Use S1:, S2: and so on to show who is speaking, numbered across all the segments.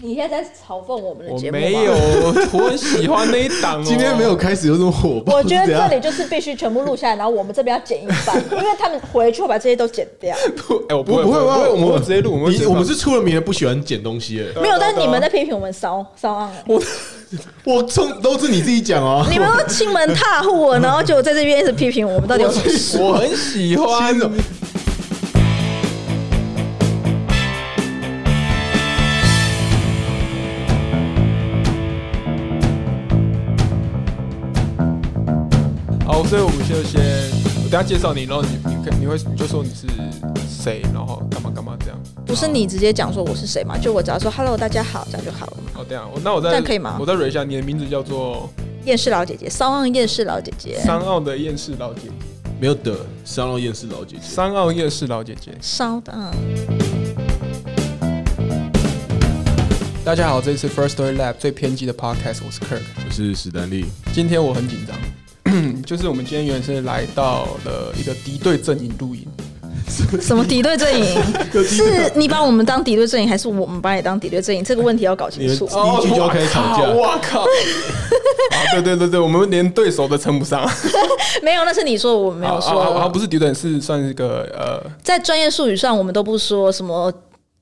S1: 你现在在嘲讽我们的
S2: 我
S1: 节目吗
S2: 没有，， 我很喜欢那一档、哦。
S3: 今天没有开始有这么火爆，
S1: 我觉得
S3: 是怎样
S1: 这里就是必须全部录下来，然后我们这边要剪一半，因为他们回去会把这些都剪掉。
S3: 啊
S2: 哎、我不
S3: 不
S2: 会
S3: 不会
S2: 不会，
S3: 我
S2: 我们直接录，我们直
S3: 你
S2: 接
S3: 我们
S2: 放
S3: 是出了名的不喜欢捡东西的。
S1: 没有，但是你们在批评我们骚骚案，
S3: 我我冲都是你自己讲啊，
S1: 你们都亲门踏户了，然后就在这边一直批评我们，到底有什么事？
S2: 我很喜欢
S3: 亲的。
S2: 好，所以我们就先，我等一下介绍你，然后你你可你会你就说你是谁，然后干嘛干嘛这样。
S1: 不是你直接讲说我是谁嘛？就我只要说 “hello，大家好”，这样就好了嘛。
S2: 哦，这样，我那我再
S1: 这样可以吗
S2: 我再蕊一下，你的名字叫做
S1: 厌世老姐姐，骚案厌世老姐姐，
S2: 三奥的厌世老姐姐，
S3: 没有的，商洛厌世老姐姐。
S2: 三奥厌世老姐姐。
S1: 骚的。嗯
S2: 大家好，这里是 First Story Lab 最偏激的 podcast，我是 Kirk。
S3: 我是史丹利，
S2: 今天我很紧张， 就是我们今天原是来到了一个敌对阵营录音，
S1: 什么敌对阵营？是你把我们当敌对阵营，还是我们把你当敌对阵营？这个问题要搞清楚
S3: 你。
S2: 哦
S3: 们第一句就要开始吵架
S2: 哇靠！啊，对对对对，我们连对手都称不上，
S1: 没有，那是你说，我没有
S2: 啊啊啊
S1: 说。
S2: 不是敌对，是算是个呃，
S1: 在专业术语上，我们都不说什么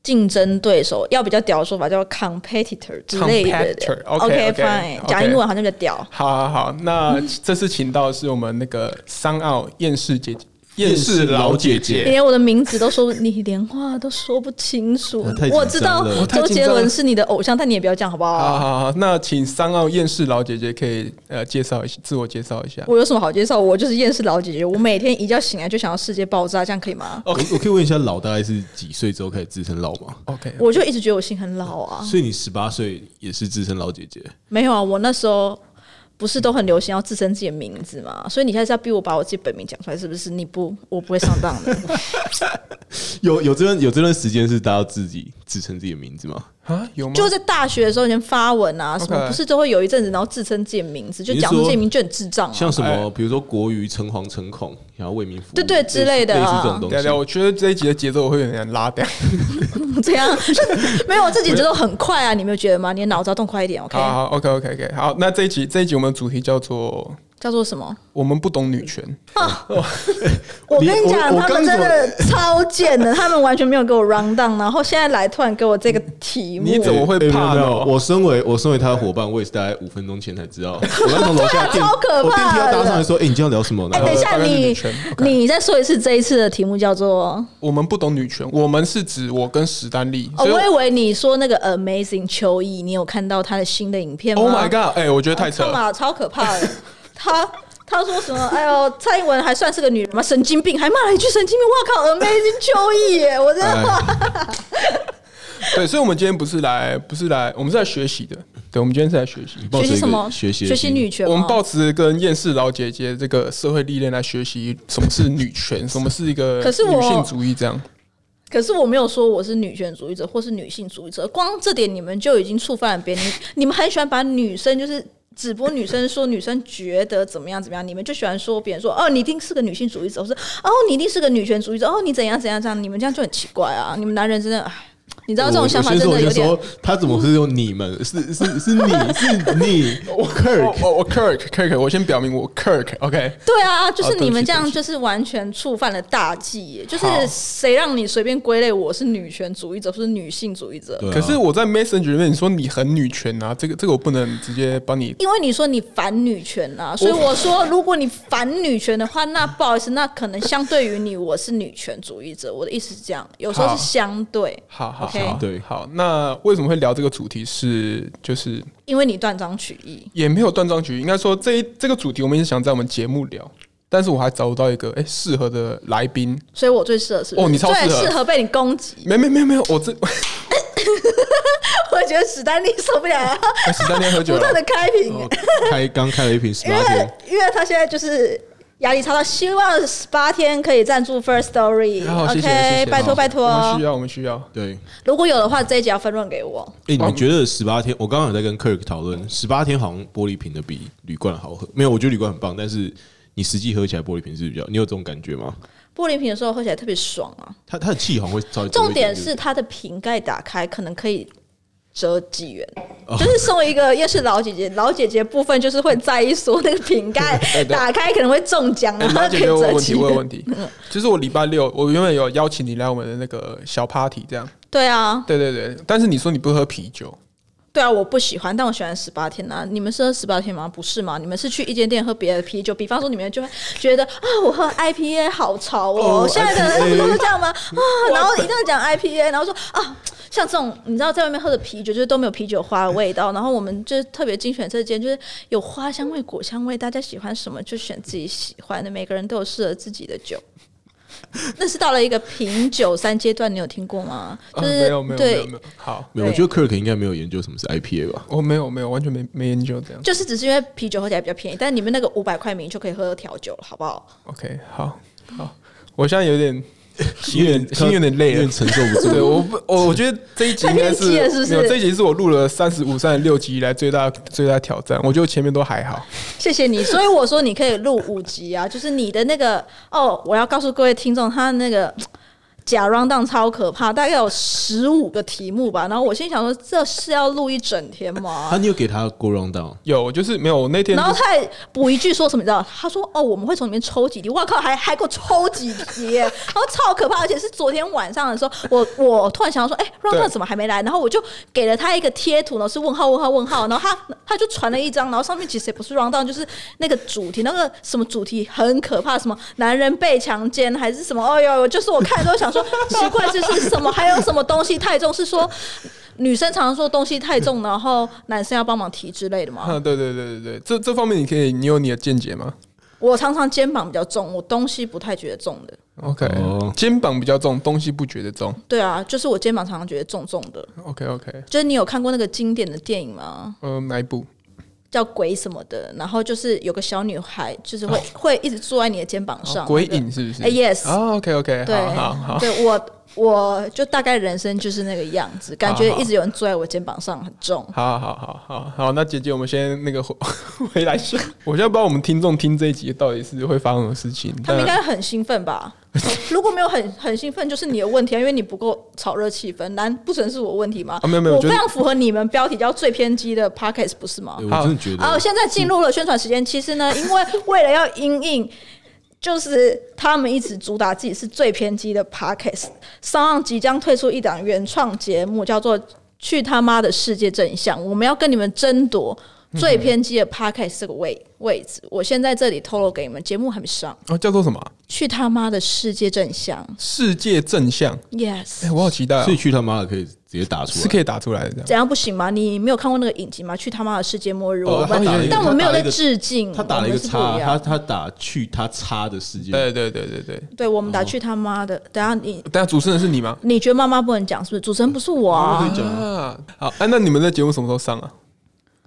S1: 竞争对手，要比较屌的说法叫 competitor 之类的
S2: Competitor，。OK，OK，
S1: fine，
S2: OK
S1: 讲英文好像比较屌。
S2: 好好好，那这次请到的是我们那个商奥厌世姐姐，厌世老姐姐，
S1: 连我的名字都说，你连话都说不清楚
S3: 啊太紧张。了
S1: 我知道
S3: 我
S2: 太
S1: 周
S2: 紧张
S1: 杰
S2: 了
S1: 伦是你的偶像，但你也不要这样好不
S2: 好
S1: 好？
S2: 好好，那请商奥厌世老姐姐可以呃介绍一下，自我介绍一下。
S1: 我有什么好介绍？我就是厌世老姐姐，我每天一觉醒来就想要世界爆炸，这样可以吗？
S3: 我我可以问一下，老大概是几岁之后开始自称老吗？
S2: OK，
S1: 我就一直觉得我心很老啊。
S3: 所以你十八岁也是自称老姐姐，
S1: 没有啊，我那时候不是都很流行要自称自己的名字嘛，所以你现在是要逼我把我自己本名讲出来，是不是？你不，我不会上当的。
S3: 有有这段有这段时间是大家自己自称自己的名字吗？
S2: 啊有吗？
S1: 就在大学的时候，以前发文啊什
S2: OK
S1: 么，不是都会有一阵子，然后自称自己的名字，就
S3: 你是
S1: 讲出自己
S3: 说
S1: 名就很智障 啊。
S3: 像什
S2: 哎
S3: 么，比如说国语诚惶诚恐，然后为民服务，
S1: 对对
S3: 类似
S1: 之类的
S3: 类似
S1: 啊
S3: 这种东
S2: 对对，
S3: 西。
S2: 我觉得这一集的节奏我会有点拉 掉。
S1: 这样没有，这几节奏很快啊，你没有觉得吗？你的脑子要动快一点，OK？
S2: 好好，OK OK OK，好，那这一集这一集我们的主题叫做
S1: 叫做什么？啊
S2: “我们不懂女权哦
S1: 我跟你讲，
S3: 我我
S1: 他们
S3: 刚
S1: 真
S3: 怎
S1: 的超贱的，他们完全没有给我 round down，然后现在来突然给我这个题目
S2: 你，怎么会
S3: 哎哎
S2: 怕呢
S3: 没有没有我身为我身为他的伙伴，我也是大概五分钟前才知 道。我刚从楼下
S1: 对
S3: 电，
S1: 啊超可怕的
S3: 我电梯要搭上来说：“哎，你今天要聊什么？”
S1: 哎、
S3: 然后
S1: 等一下
S2: 呃大概是女
S1: 你
S2: 权，OK
S1: 你再说一次，这一次的题目叫做”，
S2: 我们不懂女权，我们是指我跟史丹利。
S1: 哦，
S2: 所以
S1: 我以为你说那个 Amazing 秋意，你有看到他的新的影片吗哦
S2: Oh my god！哎、我觉得太扯
S1: 干
S2: 了。
S1: 嘛超可怕的，他。他说什么？哎呦，蔡英文还算是个女人吗？神经病，还骂了一句神经病！哇靠，Amazing 秋意耶！我真
S3: 哎
S1: 的、
S2: 对，所以我们今天不是来，不是来，我们是来学习的。对，我们今天是来学习。
S3: 抱
S1: 学
S3: 着
S1: 习
S3: 一个
S1: 什么？
S3: 学习的
S1: 学习
S3: 心
S1: 女权吗。
S2: 我们抱持跟厌世老姐姐这个社会历练来学习什么是女权，什么是一个
S1: 可是我
S2: 女性主义这样。
S1: 可是我没有说我是女权主义者或是女性主义者，光这点你们就已经触犯了别人。 你你们很喜欢把女生就是只播女生说女生觉得怎么样怎么样，你们就喜欢说别人说哦你一定是个女性主义者，或是哦你一定是个女权主义者，哦你怎样怎样这样，你们这样就很奇怪啊！你们男人真的，哎，你知道这种想法真
S3: 我
S1: 的
S3: 有
S1: 有
S3: 时
S1: 点
S3: 候他怎么是用你们？是是 是你是你我
S2: 我
S3: Kirk
S2: 我哦我 Kirk Kirk，我先表明我 Kirk OK。
S1: 对啊，就是
S3: 哦对不起
S1: 你们这
S3: 对
S1: 样
S3: 不起
S1: 就是完全触犯了大忌耶，就是
S2: 好
S1: 谁让你随便归类我是女权主义者或是女性主义者？
S3: 对啊。
S2: 可是我在 Messenger 里面你说你很女权啊，这个这个我不能直接帮你。
S1: 因为你说你反女权啊，所以我说如果你反女权的话，那不好意思，那可能相对于你，我是女权主义者。我的意思是这样，有时候
S2: 好
S1: 是相对，
S2: 好好
S1: OK
S2: 好，
S3: 对
S2: 好。那为什么会聊这个主题是？就是
S1: 因为你断章取义。
S2: 也没有断章取义，应该说这一这个主题我们一直想在我们节目聊，但是我还找不到一个哎适、合的来宾。
S1: 所以我最适合是不是
S2: 哦你超适合
S1: 最适合被你攻击。
S2: 没没没没有，我这
S1: 我觉得史丹利受不了了，
S2: 史丹利喝酒
S1: 不
S2: 了
S1: 断。的开啊瓶，
S3: 哦开刚开了一瓶十
S1: 因
S3: 八
S1: 为
S3: 天，
S1: 因为他现在就是压力超大，希望十八天可以赞助 First
S2: 好，谢谢谢
S1: Story，OK，
S2: 谢，
S1: 拜托
S2: 好
S1: 拜
S2: 我们需
S1: 托。
S2: 要我们需 要。
S3: 对。
S1: 如果有的话，这一集要分润给我。
S3: 哎、你们觉得十八天？我刚刚有在跟 Kirk 讨论，十八天好像玻璃瓶的比铝罐好喝。没有，我觉得铝罐很棒，但是你实际喝起来玻璃瓶是比较，你有这种感觉吗？
S1: 玻璃瓶的时候喝起来特别爽啊。
S3: 它它的气好像会稍微多一
S1: 重
S3: 点
S1: 点是它的瓶盖打开，可能可以折几元。
S3: 哦
S1: 就是身为一个夜市老姐姐，老姐姐部分就是会在意说那个瓶盖
S2: 对对
S1: 打开可能会中奖，
S2: 哎，
S1: 然
S2: 马
S1: 后
S2: 姐
S1: 可以
S2: 姐，我
S1: 折
S2: 有问
S1: 几
S2: 题，我有
S1: 元。
S2: 问题。就是我礼拜六，我原本有邀请你来我们的那个小 party，这样。
S1: 对啊，
S2: 对对对，但是你说你不喝啤酒，
S1: 对啊，我不喜欢，但我喜欢十八天啊。你们是喝十八天吗？不是吗？你们是去一间店喝别的啤酒，比方说你们就会觉得啊，我喝 IPA 好潮哦。
S2: 哦
S1: 现在的
S2: IPA
S1: 人不都是这样吗？啊，然后一定要讲 IPA，然后说啊，像这种你知道在外面喝的啤酒就是都没有啤酒花的味道，然后我们就是特别精选这间，就是有花香味、果香味，大家喜欢什么就选自己喜欢的，每个人都有适合自己的 酒。
S2: 啊
S1: 那是到了一个品酒三阶段，你有听过吗？
S2: 啊
S1: 就是、
S2: 没有没有没
S1: 对
S2: 有没有，好，
S3: 没有，我
S1: 对
S3: 觉得 Kirk 应该没有研究什么是 IPA 吧？
S2: 哦我没有没有完全没没研究这样。
S1: 就是只是因为啤酒喝起来比较便宜，但你们那个五百块名就可以喝调酒了，好不好？
S2: OK，好好，我现在有点心有点
S3: 他
S2: 心有点累
S3: 有
S2: 了
S3: 点。承受不住。
S2: 对，我不，我我觉得这一集应该 是
S1: 太偏激了是不是
S2: 没有这一集是我录了三十五、三十六集以来最大最大挑战。我觉得前面都还好，
S1: 谢谢你，所以我说你可以录五集啊，就是你的那个哦，我要告诉各位听众，他那个。假 round down 超可怕，大概有十五个题目吧。然后我心想说，这是要录一整天
S3: 他
S1: 吗？
S3: 你有给他 go round down？
S2: 有就是没有。我那天
S1: 然后他还补一句说什么，你知道？他说：“哦，我们会从里面抽几题。”我靠，还还给我抽几题耶，然后超可怕。而且是昨天晚上的时候，我我突然想到说：“哎、r o u n d down
S2: 对
S1: 怎么还没来？”然后我就给了他一个贴图，然后是问号问号问号，然后他他就传了一张，然后上面其实也不是 round down，就是那个主题，那个什么主题很可怕，什么男人被强奸还是什么，哦呦，就是我看都想说奇怪，这是什么？还有什么东西太重？是说女生常常说东西太重，然后男生要帮忙提之类的吗？
S2: 啊，对对对对对，这这方面你可以，你有你的见解吗
S1: 我常常肩膀比较重，我东西不太觉得重的。
S2: ？OK，、
S3: 哦
S2: 肩膀比较重，东西不觉得重。
S1: 对啊，就是我肩膀常常觉得重重的。
S2: OK OK，
S1: 就是你有看过那个经典的电影吗？
S2: 呃，哪一部？
S1: 叫鬼什么的，然后就是有个小女孩，就是会、会一直坐在你的肩膀上。
S2: 哦鬼
S1: 那个
S2: 影是不是？
S1: 哎，yes
S2: 啊，OK OK，
S1: 对
S2: 好好好，
S1: 对我我就大概人生就是那个样子，感觉一直有人坐在我肩膀上很重。
S2: 好好好好好，那姐姐，我们先那个回 回来说，我现在不知道我们听众听这一集到底是会发生什么事情。
S1: 他们应
S2: 但
S1: 该很兴奋 吧？如果没有很很兴奋，就是你的问题啊，因为你不够炒热气氛。难不成是我问题吗？
S2: 啊没有没有
S1: 我
S2: 我觉
S1: 非
S2: 得
S1: 常符合你们标题叫“最偏激的 podcast” 不是吗
S3: 对？我真的觉
S1: 好，
S3: 得
S1: 哦现在进入了宣传时间。其实 呢，因为为了要因应，就是他们一直主打自己是最偏激的 podcast，上岸即将推出一档原创节目，叫做《去他妈的世界真相》，我们要跟你们争夺最偏激
S3: 嗯
S1: 的 podcast 这个位位置。我先在这里透露给你们，节目还没上，
S2: 哦，叫做什么啊？
S1: 《去他妈的世界真相
S2: 世界正向。》哎、
S3: 嗯
S1: ，yes。
S2: 我好期待、
S3: 所以
S2: 哦，
S3: 去他妈的可以直接打出
S2: 是
S3: 来。
S2: 可以打出来的这样。
S1: 怎样不行吗？你没有看过那个影集吗？去他妈的世界末日！
S3: 哦
S1: 我
S3: 他
S1: 们
S3: 打了一个
S1: 但我们没有
S3: 他打了
S1: 在
S3: 一个
S1: 致敬，
S3: 他打了一
S1: 嗯
S3: 个
S1: 我们是不
S3: 叉，
S1: 样
S3: 他他打去他叉的世界。
S2: 对对对对对，
S1: 对，我们
S3: 哦
S1: 打去他妈的！等下你
S2: 等下主持人是你吗？
S1: 你觉得妈妈不能讲是不是？主持人不是我
S3: 哦
S1: 啊，
S2: 啊，好，哎、那你们的节目什么时候上啊？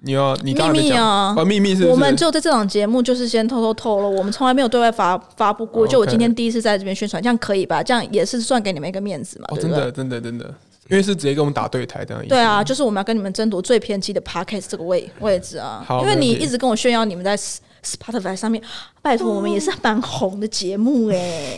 S2: 你要你刚刚
S1: 秘密啊
S2: 啊，秘密是不是
S1: 我们只有在这档节目就是先偷偷透露，我们从来没有对外发发布
S3: 哦
S1: 过。
S2: OK
S1: 就我今天第一次在这边宣传，这样可以吧？这样也是算给你们一个面子嘛，
S2: 哦，
S1: 对不
S2: 真
S1: 对？
S2: 的真的真的，因为是直接跟我们打对台这样。
S1: 对，啊，就是我们要跟你们争夺最偏激的 podcast 这个位位置啊，
S2: 好
S1: 因为
S2: 没问
S1: 你
S2: 题
S1: 一直跟我炫耀你们在 S- Spotify 上面，拜托
S3: 啊
S1: 我们也是蛮红的节目哎、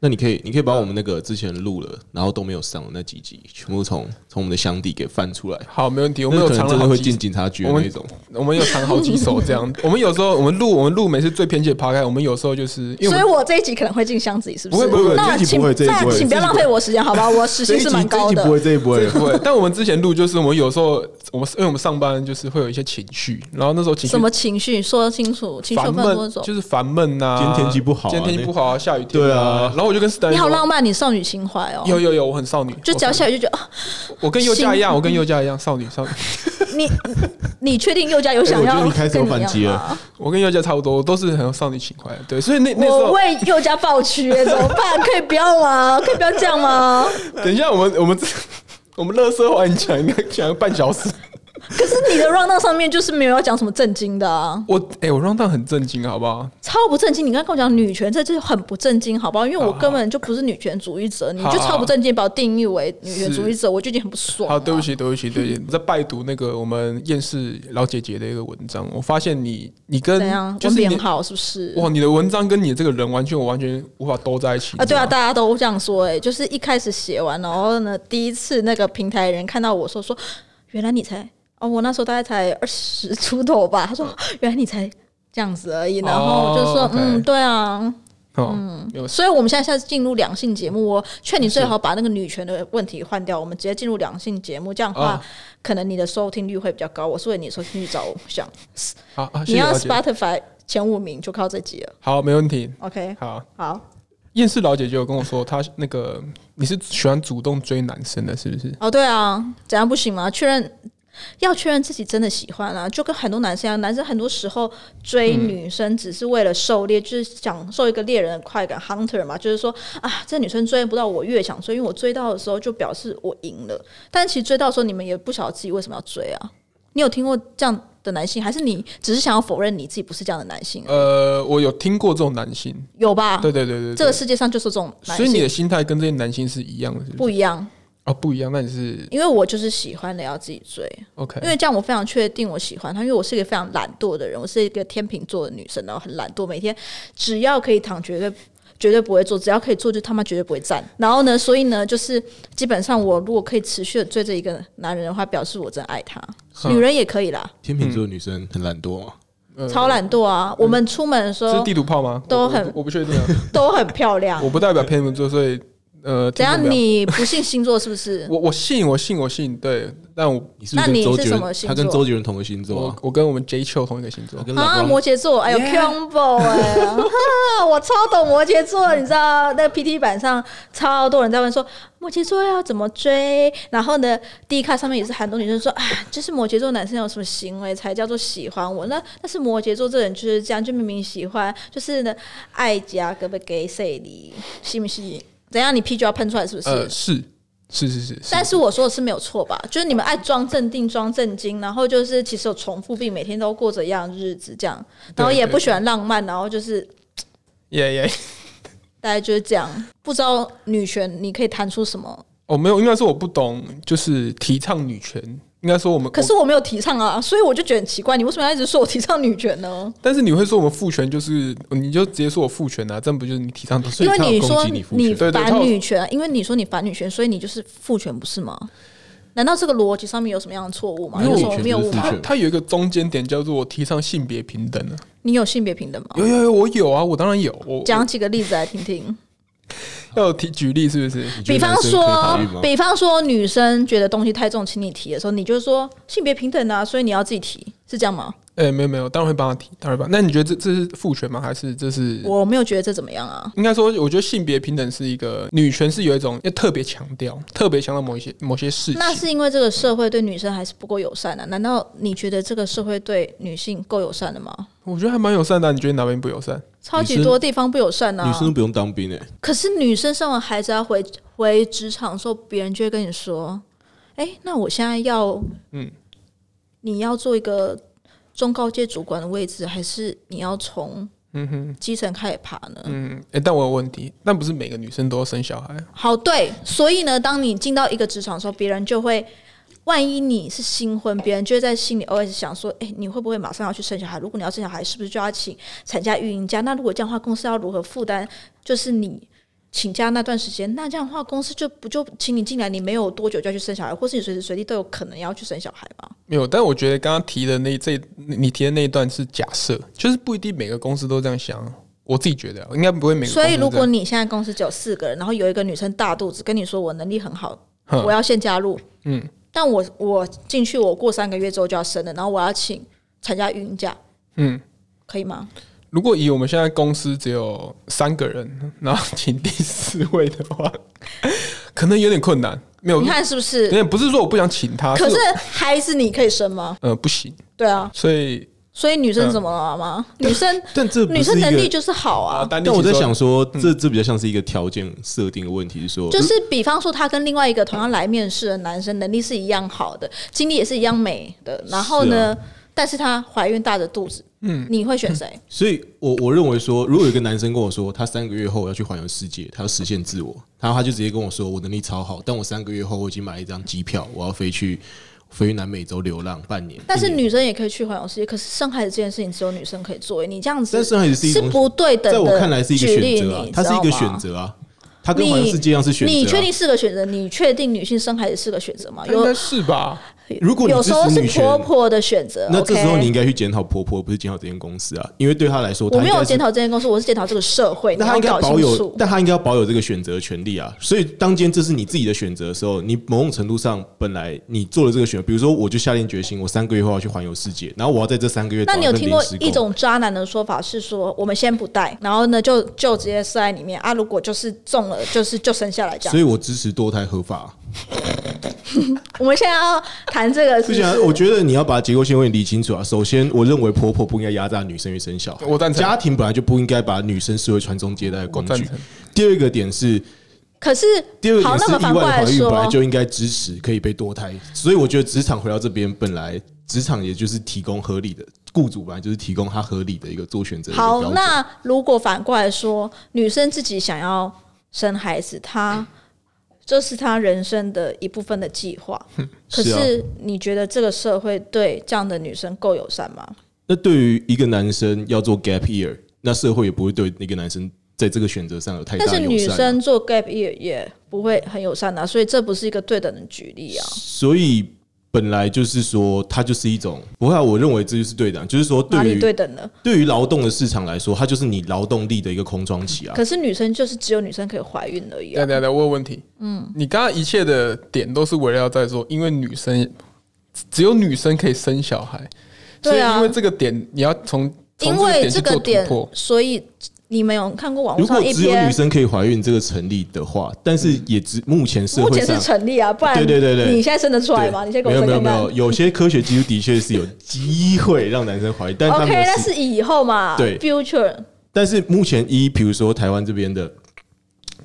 S3: 那你可以，你可以把我们那个之前录了，然后都没有上的那几集，全部从从我们的箱底给翻出来。
S2: 好，没问题，我
S3: 我
S2: 们有
S3: 可
S2: 藏
S3: 能
S2: 了
S3: 真的
S2: 好
S3: 会
S2: 几
S3: 进警察局的
S2: 我
S3: 那
S2: 们
S3: 种。
S2: 我们有藏好几首这样。 我们有时候我们录我们录每次最偏激的 p 开，我们有时候就是因为我
S1: 所以
S2: 们
S1: 我这一集可能会进箱子里，是
S3: 不
S1: 是？
S3: 会不会
S1: 那
S3: 这一集
S1: 请
S3: 不会这一集
S1: 那
S3: 不会
S1: 请不要浪费我时间，好吧？我时薪是蛮高的。
S3: 这一不
S2: 这不会，但我们之前录就是我们有时候我们因为我们上班就是会有一些情绪，然后那时候情绪
S1: 什么情绪？说清楚，情绪有
S2: 烦
S1: 分多
S2: 闷
S1: 种。
S2: 就是烦闷呐，
S3: 今天天气不好啊
S2: 今天天气不好啊，下雨天
S3: 对啊
S2: 然后我就跟 Stan
S1: 你好
S2: 说
S1: 浪漫，你少女情怀哦。
S2: 有有有，我很少女，
S1: 就只要
S2: 我
S1: 下雨就觉得，啊
S2: 我跟宥嘉一样，
S1: 心
S2: 我跟宥嘉一样少女少女，
S1: 你 你确定佑嘉有想
S3: 哎我觉
S1: 要
S3: 得
S1: 跟
S3: 你开始有
S1: 一
S3: 反击
S1: 样
S3: 了
S1: 吗？
S2: 我跟宥嘉差不多，我都是很有少女情怀的。对，所以那那时
S1: 我
S2: 候，
S1: 为佑嘉抱屈，怎么办？可以不要吗？ 可以不要这样吗？
S2: 等一下我们我们 我们乐色环讲应该讲半小时。
S1: 可是你的 round down 上面就是没有要讲什么正经的啊，
S2: 我哎、我 round down 很震惊，好不好？
S1: 超不正经。你刚刚跟我讲女权，这就是很不正经，好不好？因为我根本就不是女权主义者，你就超不正经，把我定义为女权主义者，我就已经很不爽。
S2: 好，对不，起，对不起，对 不起，我在拜读那个我们厌世老姐姐的一个文章，我发现你你跟
S1: 怎样？
S2: 就
S1: 文
S2: 是
S1: 笔
S2: 你
S1: 很好是不是？
S2: 哇，你的文章跟你这个人完全我完全无法兜在一起
S1: 啊，对啊，
S2: 你知道吗
S1: 大家都这样说、欸，就是一开始写完，然后呢，第一次那个平台人看到我说说，原来你才哦，我那时候大概才二十 出头吧。他说原来你才这样子而已，然后就说、
S2: 哦，OK
S1: 嗯，对啊。
S2: 嗯，有
S1: 所以我们现在现在进入两性节目，我劝你最好把那个女权的问题换掉，我们直接进入两性节目，这样的话、
S2: 哦
S1: 可能你的收听率会比较高。我是为你的收听率着想，
S2: 好啊，
S1: 你
S2: 谢谢
S1: 要
S2: 老姐，
S1: Spotify 前五名就靠这集了。
S2: 好，没问题，
S1: OK，
S2: 好。
S1: 好。
S2: 厌世老姐就有跟我说，她那个你是喜欢主动追男生的，是不是？
S1: 哦，对啊，怎样不行吗？确认要确认自己真的喜欢啊，就跟很多男生一样，男生很多时候追
S2: 嗯
S1: 女生只是为了狩猎，就是享受一个猎人的快感，hunter 嘛，就是说啊，这女生追不到我越想追，因为我追到的时候就表示我赢了，但其实追到的时候你们也不晓得自己为什么要追啊。你有听过这样的男性，还是你只是想要否认你自己不是这样的男性？啊
S2: 呃，我有听过这种男性，
S1: 有吧？
S2: 对对对对对，
S1: 啊这个世界上就是这种男
S2: 所以你
S1: 性
S2: 的心态跟这些男性是一样的，是不
S1: 不
S2: 是？
S1: 一样，
S2: 哦，不一样，那你是
S1: 因为我就是喜欢的要自己追。
S2: OK，
S1: 因为这样我非常确定我喜欢他，因为我是一个非常懒惰的人，我是一个天秤座的女生，然后很懒惰，每天只要可以躺，绝对绝对不会坐，只要可以坐就他妈绝对不会站。然后呢，所以呢，就是基本上我如果可以持续的追着一个男人的话，表示我真爱他。
S2: 哼
S1: 女人也可以啦，
S3: 天秤座的女生很懒惰嘛，啊
S2: 呃
S1: 超懒惰啊！我们出门的时
S2: 这是
S1: 候
S2: 地图炮吗？
S1: 都
S2: 我
S1: 很
S2: 我不我不确定啊，
S1: 都很漂亮
S2: 我。不代表偏门啊座，所以呃，
S1: 啊怎
S2: 听
S1: 样？
S2: 众不要
S1: 你不信星座是不是？
S2: 我我信我信我信，对，但我
S3: 你是不是
S1: 那你
S3: 跟周
S1: 是
S3: 杰
S1: 什么
S3: 伦？
S1: 星
S3: 他跟
S1: 座
S3: 周杰伦同个星座
S2: 我
S3: 啊，
S2: 我跟我们 J 秋同一个星座
S3: 他，跟
S1: 啊，
S3: LeBron-
S1: 摩羯座，哎呦 combo 哎、哈， 我超懂摩羯座，你知道那个 PT 板上超多人在问说摩羯座要怎么追，然后呢，D 卡上面也是很多女生说啊，就是摩羯座男生有什么行为才叫做喜欢我？那但是摩羯座这人就是这样，就明明喜欢，就是呢爱家可不给谁离，信不信？怎样？你啤酒要喷出来是不是？
S2: 呃，是是是是，
S1: 但是我说的是没有错吧？就是你们爱装镇定、装震惊，然后就是其实有重复病，每天都过着一样的日子，这样，然后也不喜欢浪漫，然后就是
S2: 耶耶，
S1: 大概就是这样。不知道女权你可以谈出什么？
S2: 哦，没有，应该是我不懂，就是提倡女权，应该说我们
S1: 可是我没有提倡啊，所以我就觉得很奇怪，你为什么要一直说我提倡女权呢？
S2: 但是你会说我们父权就是，你就直接说我父权啊，这不就是你提倡的？
S3: 所
S1: 因
S3: 以
S1: 为
S3: 他有攻
S1: 说
S3: 击你父
S1: 你
S3: 权，
S2: 对对他
S1: 反
S2: 有
S1: 女权，啊因为你说你反女权，所以你就是父权，不是吗？难道这个逻辑上面有什么样的错误吗？
S3: 没有
S1: 有什么
S3: 女权
S1: 谬误
S3: 就是父
S1: 吗
S3: 权？
S2: 它它有一个中间点叫做我提倡性别平等啊，
S1: 你有性别平等吗？
S2: 有有有，我有啊，我当然有，我
S1: 讲几个例子来听听。
S2: 要提举例是不是？
S3: 你觉
S1: 比
S3: 得
S1: 方
S3: 男生可以
S1: 说
S3: 考虑吗，
S1: 比方说，女生觉得东西太重，请你提的时候，你就说性别平等啊，所以你要自己提，是这样吗？
S2: 哎、没有没有，当然会帮他提，当然会帮。那你觉得这这是父权吗？还是这是？
S1: 我没有觉得这怎么样啊。
S2: 应该说，我觉得性别平等是一个女权是有一种要特别强调，特别强调某一些某些事情。
S1: 那是因为这个社会对女生还是不够友善啊？难道你觉得这个社会对女性够友善的吗？
S2: 我觉得还蛮友善的啊、你觉得哪边不友善？
S1: 超级多地方不友善
S3: 女生都
S1: 啊！
S3: 不用当兵哎，
S1: 可是女生生完孩子要回回职场的时候，别人就会跟你说：“哎、那我现在要，
S2: 嗯，
S1: 你要做一个中高阶主管的位置，还是你要从
S2: 嗯哼，
S1: 基层开始爬呢？”
S2: 嗯，哎、但我有问题，但不是每个女生都要生小孩啊。
S1: 好，对，所以呢，当你进到一个职场的时候，别人就会，万一你是新婚，别人就会在心里 OS 想说，哎、你会不会马上要去生小孩？如果你要生小孩，是不是就要请产假、育婴假？那如果这样的话，公司要如何负担？就是你请假那段时间，那这样的话，公司就不就请你进来，你没有多久就要去生小孩，或是你随时随地都有可能要去生小孩吗？
S2: 没有，但我觉得刚刚提的那这你提的那一段是假设，就是不一定每个公司都这样想啊。我自己觉得啊应该不会每个公司都
S1: 所
S2: 这
S1: 以，
S2: 样。
S1: 如果你现在公司只有四个人，然后有一个女生大肚子跟你说我能力很好，
S2: 哼
S1: 我要先加入，
S2: 嗯，
S1: 但我我进去我过三个月之后就要生了，然后我要请产假孕假，
S2: 嗯，
S1: 可以吗？
S2: 如果以我们现在公司只有三个人，然后请第四位的话， 可能有点困难。没有
S1: 你，看是不
S2: 有
S1: 是？
S2: 点不是啊说我不想请他，
S1: 可是孩子你可以生吗？
S2: 呃不行，
S1: 对啊，
S2: 所以
S1: 所以女生怎么了吗？女生
S3: 但这不是
S1: 女生
S3: 一个
S1: 能力就是嗯好啊。
S2: 丹
S3: 但我在
S2: 请说
S3: 想说，这这比较像是一个条件设定的问题，是说
S1: 就是比方说，她跟另外一个同样来面试的男生能力是一样好的，经历也是一样美的，然后呢，但是她怀孕大着肚子，嗯，你会选谁？
S3: 所以我我认为说，如果有一个男生跟我说他三个月后要去环游世界，他要实现自我，然后他就直接跟我说我能力超好，但我三个月后我已经买了一张机票，我要飞去飞去南美洲流浪半年。
S1: 但是
S3: 一年
S1: 女生也可以去环游世界，可是生孩子这件事情只有女生可以做，你这样子
S3: 但生孩子是一种
S1: 不对等
S3: 在
S1: 的。
S3: 我看来是一个
S1: 举例
S3: 选择啊
S1: 你，
S3: 它是一个
S1: 知道吗
S3: 选择啊，它跟环游世界一样是选择、啊。
S1: 你确定是个选择？你确定女性生孩子是个选择吗？
S2: 应
S1: 有
S2: 该是吧？
S3: 如果你
S1: 有
S3: 支
S1: 时候
S3: 持
S1: 是
S3: 女权，
S1: 婆婆的选择，
S3: 那这时候
S1: OK
S3: 你应该去检讨婆婆，不是检讨这间公司啊，因为对她来说，
S1: 我
S3: 她
S1: 没
S3: 应该
S1: 有
S3: 是
S1: 检讨这间公司，我是检讨这个社会。
S3: 那
S1: 你
S3: 他
S1: 要
S3: 应该
S1: 搞
S3: 保
S1: 清
S3: 有
S1: 楚，，
S3: 但他应该要保有这个选择权利啊。所以，当今这是你自己的选择的时候，你某种程度上本来你做了这个选择，比如说，我就下定决心，我三个月后要去环游世界，然后我要在这三个月找
S1: 那
S3: 份
S1: 你
S3: 临
S1: 有
S3: 时工。
S1: 听过一种渣男的说法是说，我们先不带，然后呢就就直接塞在里面啊？如果就是中了，就是就生下来这
S3: 所
S1: 样。
S3: 以我支持堕胎合法。
S1: 我们现在要谈这个
S3: 不
S1: 是
S3: 行、
S1: 不
S3: 啊，
S1: 是？
S3: 我觉得你要把结构性问题理清楚啊。首先，我认为婆婆不应该压榨女生去生小孩，
S2: 我赞成
S3: 家庭本来就不应该把女生视为传宗接代的工
S2: 我
S3: 具
S2: 赞成。
S3: 第二个点是，
S1: 可是
S3: 第二
S1: 好，
S3: 点
S1: 那
S3: 是
S1: 么
S3: 意
S1: 反过
S3: 外
S1: 来
S3: 的怀孕本
S1: 说
S3: 来，就应该支持可以被堕胎，所以我觉得职场回到这边本来职场也就是提供合理的，雇主本来就是提供他合理的一个做选择的一个标
S1: 好，
S3: 准。
S1: 那如果反过来说，女生自己想要生孩子，她
S3: 嗯
S1: 这是她人生的一部分的计划。可
S3: 是啊
S1: 是你觉得这个社会对这样的女生够友善吗？
S3: 那对于一个男生要做 gap year，那社会也不会对那个男生在这个选择上有太大
S1: 但是
S3: 的友
S1: 女
S3: 善啊、
S1: 生做 gap 也也不会很友善的啊、所以这不是一个对等的举例啊。
S3: 所以本来就是说，它就是一种，不会、啊，我认为这就是对的啊，就是说
S1: 哪
S3: 对
S1: 里
S3: 于
S1: 对等了？
S3: 对于劳动的市场来说，它就是你劳动力的一个空窗期啊。
S1: 可是女生就是只有女生可以怀孕而已、
S2: 等
S1: 啊
S2: 一。下等一下，我有问题。嗯，你刚刚一切的点都是围绕在说，因为女生只有女生可以生小孩，所以
S1: 对啊
S2: 因为这个点，你要从从
S1: 因为这
S2: 这
S1: 个
S2: 个点
S1: 点
S2: 去做突破，。
S1: 所以你们有看过网络
S3: 如果
S1: 上一
S3: 只有
S1: 篇
S3: 女，生可以怀孕这个成立的话，但是也只目前社
S1: 目
S3: 会
S1: 前是
S3: 上。
S1: 成立啊，不然
S3: 对对对对
S1: 你现在生得出来吗？
S3: 对
S1: 你先给我
S3: 没
S1: 生
S3: 有没有
S1: 看
S3: 没
S1: 看
S3: 有，。有些科学技术的确是有机会让男生怀孕，但他
S1: OK，
S3: 们的
S1: 那是
S3: 实
S1: 以后嘛，
S3: 对
S1: future
S3: 但是目前一，比如说台湾这边的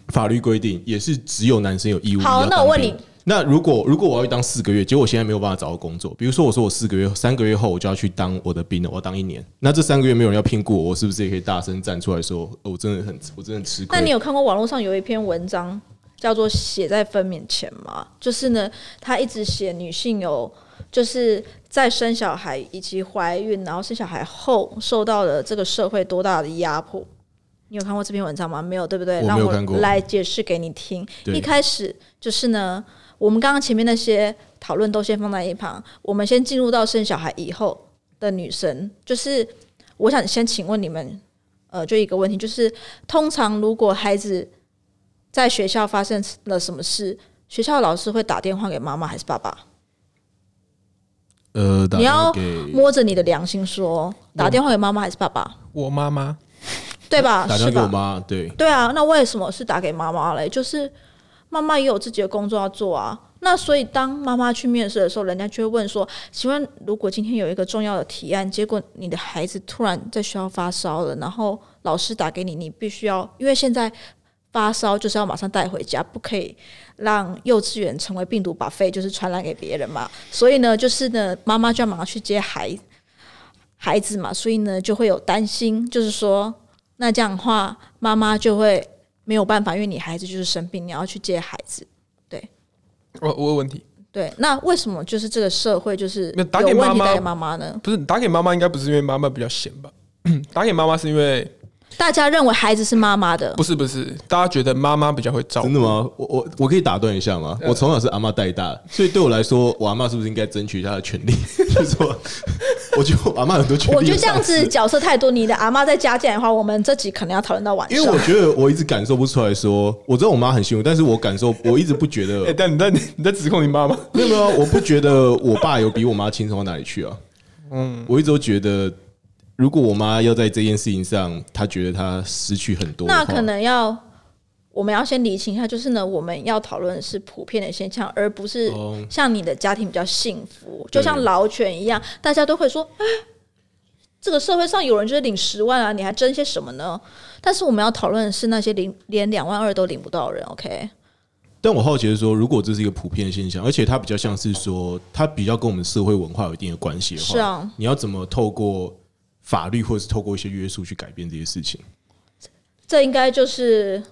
S3: 法律规定，也是只有男生有义务。
S1: 好那我问你，
S3: 那如果如果我要去当四个月，结果我现在没有办法找到工作，比如说我说我四个月、三个月后我就要去当我的兵了，我要当一年，那这三个月没有人要聘雇我，我是不是也可以大声站出来说，哦我真的很我真的很吃亏？
S1: 那你有看过网络上有一篇文章叫做“写在分娩前”吗？就是呢，他一直写女性有就是在生小孩以及怀孕，然后生小孩后受到了这个社会多大的压迫。你有看过这篇文章吗？没有，对不对？
S3: 我没有看
S1: 让
S3: 过
S1: 我来解释给你听。
S3: 对
S1: 一开始就是呢，我们刚刚前面那些讨论都先放在一旁，我们先进入到生小孩以后的女生，就是我想先请问你们，呃，就一个问题，就是通常如果孩子在学校发生了什么事，学校老师会打电话给妈妈还是爸爸？
S3: 呃，打
S1: 你
S3: 电话
S1: 要
S3: 给
S1: 摸着你的良心说，打电话给妈妈还是爸爸？
S2: 我妈妈，
S1: 对吧？
S3: 打电
S1: 啊是
S3: 话给我
S1: 吧？
S3: 妈，对，
S1: 对啊，那为什么是打给妈妈嘞？就是妈妈也有自己的工作要做啊。那所以当妈妈去面试的时候，人家就会问说：“请问，如果今天有一个重要的提案，结果你的孩子突然在学校发烧了，然后老师打给你，你必须要，因为现在发烧就是要马上带回家，不可以让幼稚园成为病毒把肺，就是传染给别人嘛。所以呢，就是呢，妈妈就要马上去接孩孩子嘛，所以呢就会有担心，就是说那这样的话，妈妈就会没有办法，因为你孩子就是生病，你要去接孩子。
S2: 我我有问题，
S1: 对，那为什么就是这个社会就是
S2: 那打给
S1: 有问题
S2: 妈妈
S1: 打给妈妈呢？
S2: 不是打给妈妈，应该不是因为妈妈比较闲吧？ 打给妈妈是因为
S1: 大家认为孩子是妈妈的
S2: 不，是不是，大家觉得妈妈比较会照顾
S3: 真的吗？我我我可以打断一下
S1: 呃
S3: 吗？我从小是阿妈带大的，所以对我来说，我阿妈是不是应该争取她的权利？ 就是说，我觉得我阿妈很多权利，
S1: 我觉得这样子，角色太多。你的阿妈在家见的话，我们这集可能要讨论到晚
S3: 因
S1: 上。
S3: 为我觉得我一直感受不出来说，我知道我妈很辛苦，但是我感受我一直不觉
S2: 哎、
S3: 得，
S2: 但你在你在指控你妈妈？
S3: 没有没有，我不觉得我爸有比我妈轻松到哪 里去啊。嗯，我一直都觉得，如果我妈要在这件事情上，她觉得她失去很多的话，
S1: 那可能要我们要先理清一下，就是呢，我们要讨论的是普遍的现象，而不是
S3: 哦
S1: 像你的家庭比较幸福，
S3: 对
S1: 就像老犬一样，大家都会说，哎，这个社会上有人就是领十万啊，你还争些什么呢？但是我们要讨论的是那些领连两万二都领不到的人，OK？
S3: 但我好奇的是说，如果这是一个普遍现象，而且它比较像是说，它比较跟我们社会文化有一定的关系的话，
S1: 是啊，
S3: 你要怎么透过法律或者是透过一些约束去改变这些事情？
S1: 这应该就是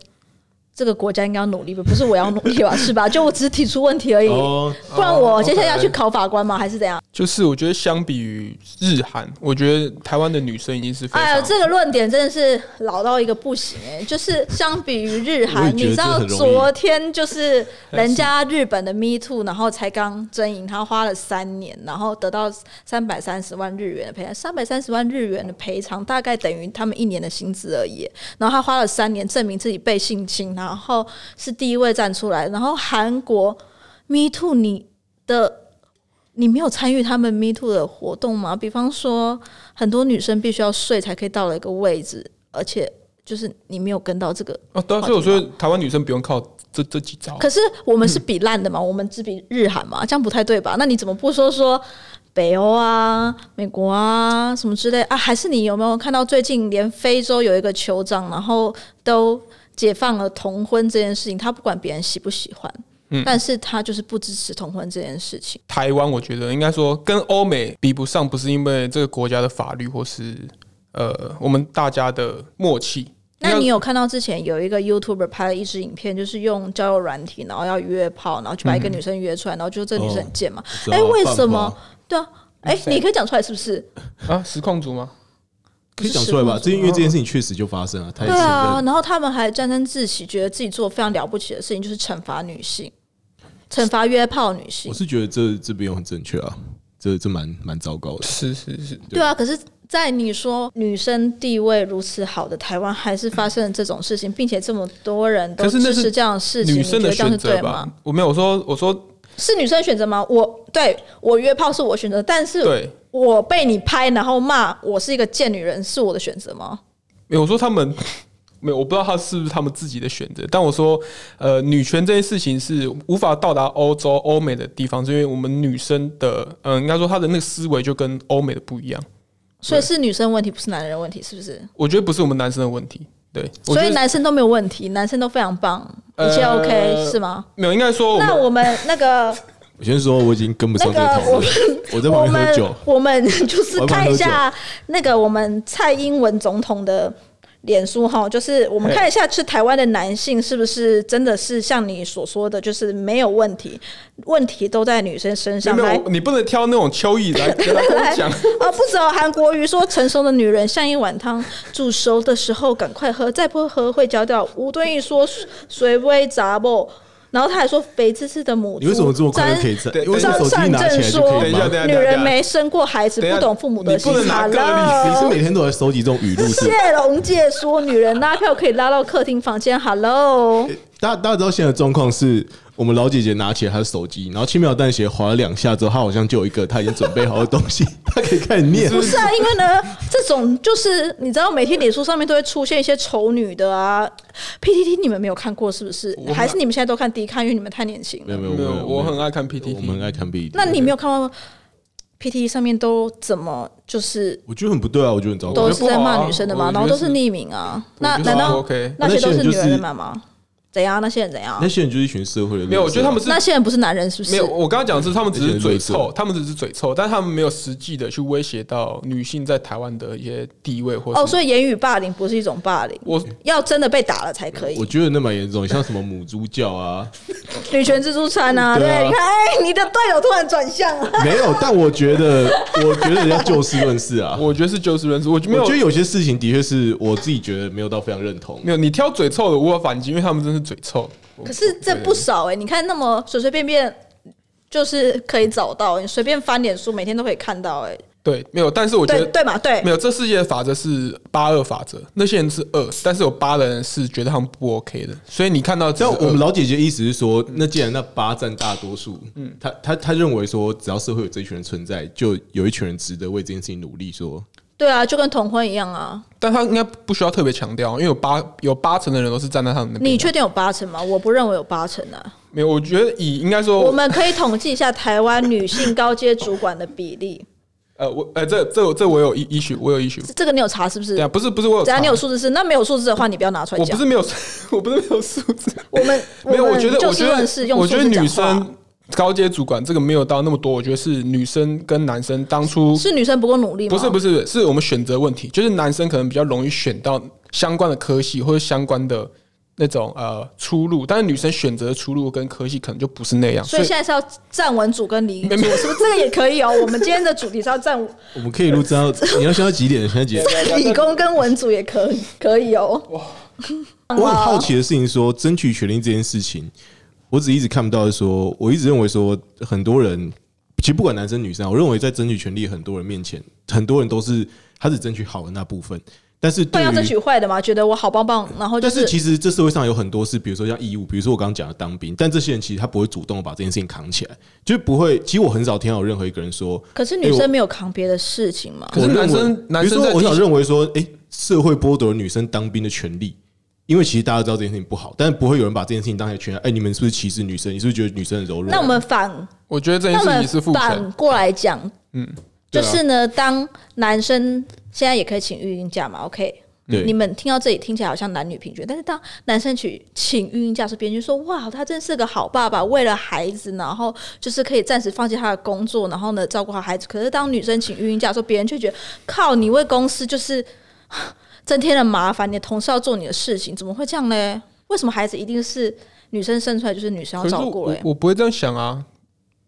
S1: 这个国家应该要努力吧？不是我要努力吧？是吧？就我只是提出问题而已，
S3: 哦，
S1: 不然
S2: 哦
S1: 我
S2: ，OK
S1: 接下来要去考法官吗？还是怎样？
S2: 就是我觉得相比于日韩，我觉得台湾的女生已经是非常。
S1: 哎呀，这个论点真的是老到一个不行哎、就是相比于日
S3: 我也
S1: 韩，
S3: 觉
S1: 你
S3: 得
S1: 知道
S3: 这很容易
S1: 昨天就是人家日本的 Me Too，然后才刚争赢，他花了三年，然后得到三百三十万日元的赔偿，三百三十万日元的赔偿大概等于他们一年的薪资而已。然后他花了三年证明自己被性侵，然后是第一位站出来，然后韩国 Me Too 你的。你没有参与他们 Me Too 的活动吗？比方说，很多女生必须要睡才可以到了一个位置，而且就是你没有跟到这个。
S2: 哦，对啊，所以我说台湾女生不用靠这这几
S3: 哦
S2: 招。啊
S1: 可是我们是比烂的
S3: 嗯
S1: 嘛，我们只比日韩嘛，这样不太对吧？那你怎么不说说北欧啊、美国啊什么之类啊？还是你有没有看到最近连非洲有一个酋长，然后都解放了同婚这件事情，他不管别人喜不喜欢，
S3: 嗯
S1: 但是他就是不支持同婚这件事情。
S2: 台湾，我觉得应该说跟欧美比不上，不是因为这个国家的法律或是呃我们大家的默契。
S1: 那
S2: 应该
S1: 你有看到之前有一个 YouTuber 拍了一支影片，就是用交友软体，然后要约炮，然后去把一个女生约出来，然后就这个女生很贱嘛？
S3: 嗯哦知道
S1: 哎、为什
S3: 犯
S1: 么
S3: 法？
S1: 对啊，哎、你可以讲出来是不是？
S2: 啊，实况组吗？
S3: 可以讲出来吧？
S1: 是
S3: 这因为这件事情确实就发生了，他也
S1: 对
S3: 承
S1: 啊，
S3: 认。
S1: 然后他们还沾沾自喜，觉得自己做非常了不起的事情，就是惩罚女性，惩罚约炮女性
S3: 我。是觉得这这边有很正确啊，这这蛮蛮糟糕的。
S2: 是是是，
S1: 对啊，可是，在你说女生地位如此好的台湾，还是发生了这种事情，并且这么多人都
S2: 可是那
S1: 支
S2: 是
S1: 持这样的事情，
S2: 女
S1: 你觉
S2: 生的
S1: 得这样
S2: 选
S1: 是对
S2: 择
S1: 吗
S2: 吧？？我没有我说，我说
S1: 是女生选择吗？我对我约炮是我选择，但是
S2: 对，
S1: 我被你拍然后骂我是一个贱女人是我的选择吗？
S2: 没有我说他们 没有，我不知道他是不是他们自己的选择。但我说，呃，女权这件事情是无法到达欧洲、欧美的地方，是因为我们女生的，嗯、应该说她的那个思维就跟欧美的不一样。
S1: 所以是女生问题，不是男人问题，是不是？
S2: 我觉得不是我们男生的问题，对，
S1: 所
S2: 我觉
S1: 以
S2: 得
S1: 男生都没有问题，男生都非常棒，
S2: 呃
S1: 一切 OK、是吗？
S2: 没有，应该说我
S1: 那
S2: 们
S1: 我们那个
S3: 我先说，我已经跟不上这个
S1: 那个
S3: 讨论，我在
S1: 我
S3: 旁边喝
S1: 们
S3: 酒。
S1: 我们就是
S3: 我在旁边
S1: 看一
S3: 喝
S1: 下那个我们蔡英文总统的脸书哈，就是我们
S2: 嘿
S1: 看一下，是台湾的男性是不是真的是像你所说的，就是没有问题，问题都在女生身上
S2: 没有没
S1: 来
S2: 有，。你不能挑那种秋意 来跟他跟我 讲。
S1: 啊，不止哦，韩国瑜说成熟的女人像一碗汤，煮熟的时候赶快喝，再不喝会焦掉。吴敦义说水微杂不，然后他还说肥滋滋的母猪。
S3: 你为什么这么快就可以
S1: 沾
S3: 在？
S2: 对
S3: 因为
S1: 张
S3: 手机
S1: 善
S3: 拿起
S1: 政
S3: 来就
S1: 说
S3: 可
S2: 等
S3: 以
S2: 一下
S3: 吗
S2: 等
S1: 女
S2: 一？下：“
S1: 人没生过孩子，不懂父母的心。”
S2: 等一下
S1: 好
S2: 你不能拿
S3: 你
S2: 个
S3: 是
S1: 了
S3: 每。天都在收集这种语录是吗？
S1: 谢龙介说：“女人拉票可以拉到客厅房间。”Hello，
S3: 大家大家知道现在的状况是，我们老姐姐拿起她的手机，然后轻描淡写划了两下之后，她好像就有一个她已经准备好的东西， 她可以开始念。
S1: 不是啊，因为呢，这种就是你知道，每天脸书上面都会出现一些丑女的啊。PTT 你们没有看过是不是
S2: 我？们
S1: 还是你们现在都看 D 看，因为你们太年轻
S3: 没
S1: 了。
S3: 有没有
S2: 没
S3: 没有，
S2: 有，我很爱看
S3: 我们很
S2: PTT。
S3: 爱看 B。
S1: 那你没有看到 PTT 上面都怎么就是
S3: 我觉得很不对啊，我觉得很糟糕
S1: 都。是在骂女生的
S2: 我
S1: 吗？
S2: 觉得不
S1: 然
S2: 好啊
S1: 后都是匿名啊？那
S2: 我觉
S1: 难
S2: 得不
S1: 道
S2: OK
S1: 那些都是女人
S3: 那些人就
S1: 在
S3: 是
S1: 骂吗？怎样？那些人怎样
S3: 那？些人就是一群社会的，啊
S2: 没有，我觉得他们是
S1: 那些人不是男人是不是？
S2: 没有。我刚刚讲的是他们只是嘴
S3: 而且很
S2: 臭，他们只是嘴臭，但他们没有实际的去威胁到女性在台湾的一些地位或
S1: 哦，
S2: 是
S1: 所以言语霸凌不是一种霸凌，
S2: 我
S1: 要真的被打了才可
S3: 我
S1: 以。
S3: 觉得那蛮严重，像什么母猪教啊，
S1: 女权自助餐啊，
S3: 对
S1: 对，
S3: 啊
S1: 你看，哎、你的队友突然转向了，
S3: 没有。但我觉得， 我觉得人家就事论事啊。
S2: 我觉得是就事论事，我就没
S3: 我
S2: 有
S3: 觉得有些事情的确是我自己觉得没有到非常认同
S2: 没。有你挑嘴臭的无法反击，因为他们真是嘴臭。
S1: 可是这不少哎、你看那么随随便便就是可以找到、你随便翻脸书，每天都可以看到哎、
S2: 对，没有，但是我觉
S1: 对
S2: 得。
S1: 对嘛，对
S2: 没，有，这世界的法则是八二法则，那些人是二，但是有八的人是觉得他们不 OK 的，所以你看到只
S3: 但
S2: 有
S3: 我们老姐姐意思是说，那既然那八占大多数，嗯，她她她认为说，只要社会有这一群人存在，就有一群人值得为这件事情努力。说，
S1: 对啊，就跟同婚一样啊。
S2: 但他应该不需要特别强调，因为有八有八成的人都是站在他们那边。
S1: 你确定有八成吗？我不认为有八成啊。
S2: 没有？我觉得以应该
S1: 我
S2: 说，
S1: 们可以统计一下台湾女性高阶主管的比例，
S2: 呃，我呃，这这这我有 i- issue，我有 issue。
S1: 这这个你有查是不是
S2: 对啊，？不是不是我有
S1: 只
S2: 查，
S1: 要你有数字是，那没有数字的话，你不要拿出来
S2: 我不
S1: 讲。
S2: 是没有，我不是没有数字。
S1: 我们
S2: 没有，
S1: 们
S2: 我觉得
S1: 就
S2: 我
S1: 事
S2: 觉
S1: 论事，
S2: 得
S1: 用
S2: 我
S1: 数
S2: 觉
S1: 字
S2: 得女
S1: 讲话
S2: 生高阶主管这个没有到那么多，我觉得是女生跟男生当初
S1: 是女生不够努力吗？
S2: 不是不是，是我们选择问题，就是男生可能比较容易选到相关的科系或者相关的那种呃出路，但是女生选择的出路跟科系可能就不是那样，
S1: 所以现在是要站稳组跟离组，
S2: 没
S1: 是
S2: 没
S1: 不是这个也可以哦？我们今天的主题是要站稳
S3: 我们可以录这样，你要先到几点？现 在几点？
S1: 理工跟文组也可以，可以哦。
S3: 我很好奇的事情是说，争取权利这件事情，我只一直看不到的说，我一直认为说，很多人其实不管男生女生啊，我认为在争取权利很多人面前，很多人都是他只争取好的那部分，但是对
S1: 但要争
S3: 于
S1: 取坏的嘛，觉得我好棒棒，然后就
S3: 但是
S1: 是
S3: 其实这社会上有很多是，比如说像义务，比如说我刚刚讲的当兵，但这些人其实他不会主动地把这件事情扛起来，就是不会。其实我很少听到有任何一个人说，
S1: 可是女生没有扛别的事情嘛？
S2: 可是
S3: 我认为
S2: 男生男生
S3: 比如
S2: 在
S3: 说我
S2: 地
S3: 想认为说，诶，社会剥夺了女生当兵的权利，因为其实大家知道这件事情不好，但是不会有人把这件事情当成权利。诶，你们是不是歧视女生？你是不是觉得女生很柔弱？
S1: 那我们反，
S2: 我觉得这件
S1: 那我
S2: 事情是
S1: 们
S2: 父权
S1: 反。过来讲，
S3: 对
S1: 就
S3: 啊
S1: 是呢，当男生现在也可以请育婴假嘛，OK？
S3: 对
S1: 你们听到这里听起来好像男女平权，但是当男生去请育婴假的时候，别人就说：“哇，他真是个好爸爸，为了孩子，然后就是可以暂时放弃他的工作，然后呢照顾好孩子。”可是当女生请育婴假的时候，别人却觉得：“靠，你为公司就是啊增添了麻烦，你的同事要做你的事情，怎么会这样呢？为什么孩子一定是女生生出来就是女生要
S2: 可是
S1: 照
S2: 我
S1: 顾欸嘞？”
S2: 我不会这样想啊，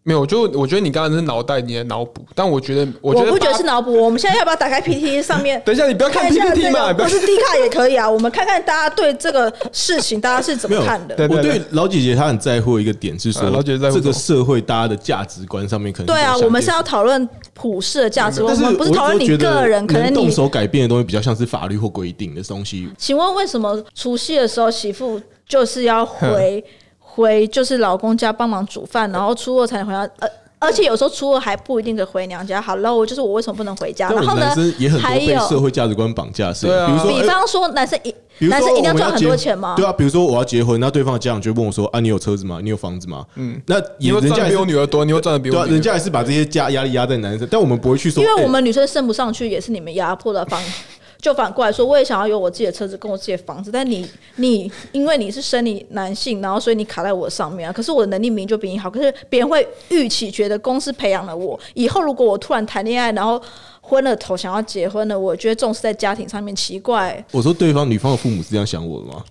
S2: 没有，我就我觉得你刚刚是脑袋你的脑补，但我觉得
S1: 我
S2: 我觉得
S1: 不觉得
S2: 八
S1: 是脑补，我们现在要不要打开 PPT 上面
S2: 等一下你不要看
S1: 看一下
S2: PPT
S1: 这
S2: 嘛，
S1: 个，
S2: 不
S1: 或
S2: 要
S1: 是 D 卡也可以啊。我们看看大家对这个事情大家是怎
S3: 没
S1: 么
S3: 有
S1: 看的
S2: 对。
S3: 我对老姐姐她很在乎的一个点是说，
S2: 啊老姐姐在乎
S3: 这
S2: 什么
S3: 个社会大家的价值观上面可能
S1: 对啊，
S3: 怎么想
S1: 我们是
S3: 这件
S1: 要讨论普世的价值观，
S3: 事，
S1: 我
S3: 但
S1: 们
S3: 是
S1: 不是讨论
S3: 我
S1: 你
S3: 就觉得
S1: 个人。可能
S3: 能动
S1: 你，
S3: 手改变的东西比较像是法律或规定的东西。
S1: 请问为什么除夕的时候媳妇就是要回 回就是老公家帮忙煮饭，然后初二才能回家？呃，而且有时候初二还不一定可以回娘家。好，low，就是我为什么不能回家？
S3: 但我
S1: 啊然后
S3: 们
S1: 呢
S3: 男生也，很多
S1: 还
S3: 被社
S1: 有，
S3: 会价值观绑架的事
S2: 对
S3: 情，
S2: 啊
S3: 比如说
S1: 比
S3: 诶
S1: 方说男生一
S3: 比如说
S1: 男生一定
S3: 我们
S1: 赚很
S3: 结
S1: 多钱吗？
S3: 对啊，比如说我要结婚，那对方的家长就会问我说：“啊，你有车子吗？你有房子吗？”嗯，那
S2: 你
S3: 也
S2: 又
S3: 人
S2: 赚
S3: 家
S2: 的
S3: 也
S2: 比
S3: 是
S2: 我女儿多，你又赚的比
S3: 对啊，
S2: 我女
S3: 人
S2: 儿
S3: 家也是把这些压压力压在男生，但我们不会去说，
S1: 因为我
S3: 哎
S1: 们女生升不上去，也是你们压迫的反，就反过来说，我也想要有我自己的车子跟我自己的房子，但你你因为你是生理男性，然后所以你卡在我上面啊。可是我的能力明明就比你好，可是别人会预期觉得公司培养了我，以后如果我突然谈恋爱，然后昏了头想要结婚了，我觉得重视在家庭上面奇怪。
S3: 我说对方女方的父母是这样想我的吗？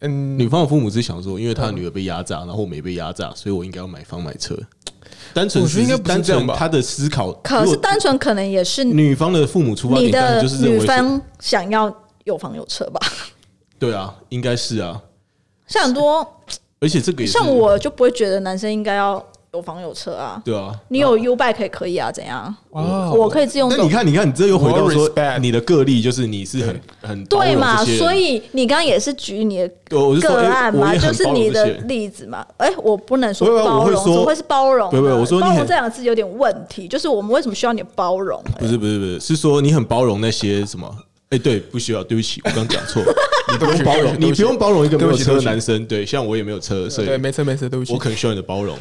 S2: 嗯，
S3: 女方的父母是想说，因为她的女儿被压榨，然后我没被压榨，所以我应该要买房买车。单纯
S2: 我觉得应该不是
S3: 单
S2: 这样
S3: 纯
S2: 吧
S3: 她的思考，
S1: 可
S3: 如
S1: 是
S3: 果
S1: 单纯可能也是你
S3: 女方的父母出发点当然
S1: 的
S3: 就是认
S1: 女
S3: 为说，
S1: 方想要有房有车吧，
S3: 对啊，应该是啊，
S1: 像很多
S3: 而且这个也是
S1: 像我就不会觉得男生应该要有房有车啊。
S3: 对啊。
S1: 你有 U bike 也可以啊，怎样？
S2: 哇
S1: 我可以自用
S3: 哦那
S1: 走
S3: 你。看，你看，你这又回到
S2: 我
S3: 说
S2: respect 嗯
S3: 你的个例，就是你是很很包
S1: 对
S3: 容
S1: 嘛？
S3: 这些人
S1: 所以你刚刚也是举你的
S3: 我我是说
S1: 个
S3: 哎
S1: 案
S3: 我
S1: 嘛，
S3: 也很
S1: 就是
S3: 包容
S1: 你的
S3: 这些人
S1: 例子嘛。哎，我不能说
S3: 不会不会
S1: 包
S3: 我会
S1: 容，
S3: 说
S1: 怎么会是包容呢？啊
S3: 不会不会我说你
S1: 包
S3: 很
S1: 容这两个字有点问题，就是我们为什么需要你的包容？
S3: 不是不是不是，是说你很包容那些什么？哎、对，不需要，对不起，我刚讲错， 你不用包容，
S2: 对
S3: 你
S2: 不起
S3: 不用包容一个没
S2: 对
S3: 有
S2: 不起
S3: 车
S2: 对不
S3: 的
S2: 起
S3: 男生，对，像我也没有车，所以
S2: 对，没事没事，对不起
S3: 我，可能需要你的包容。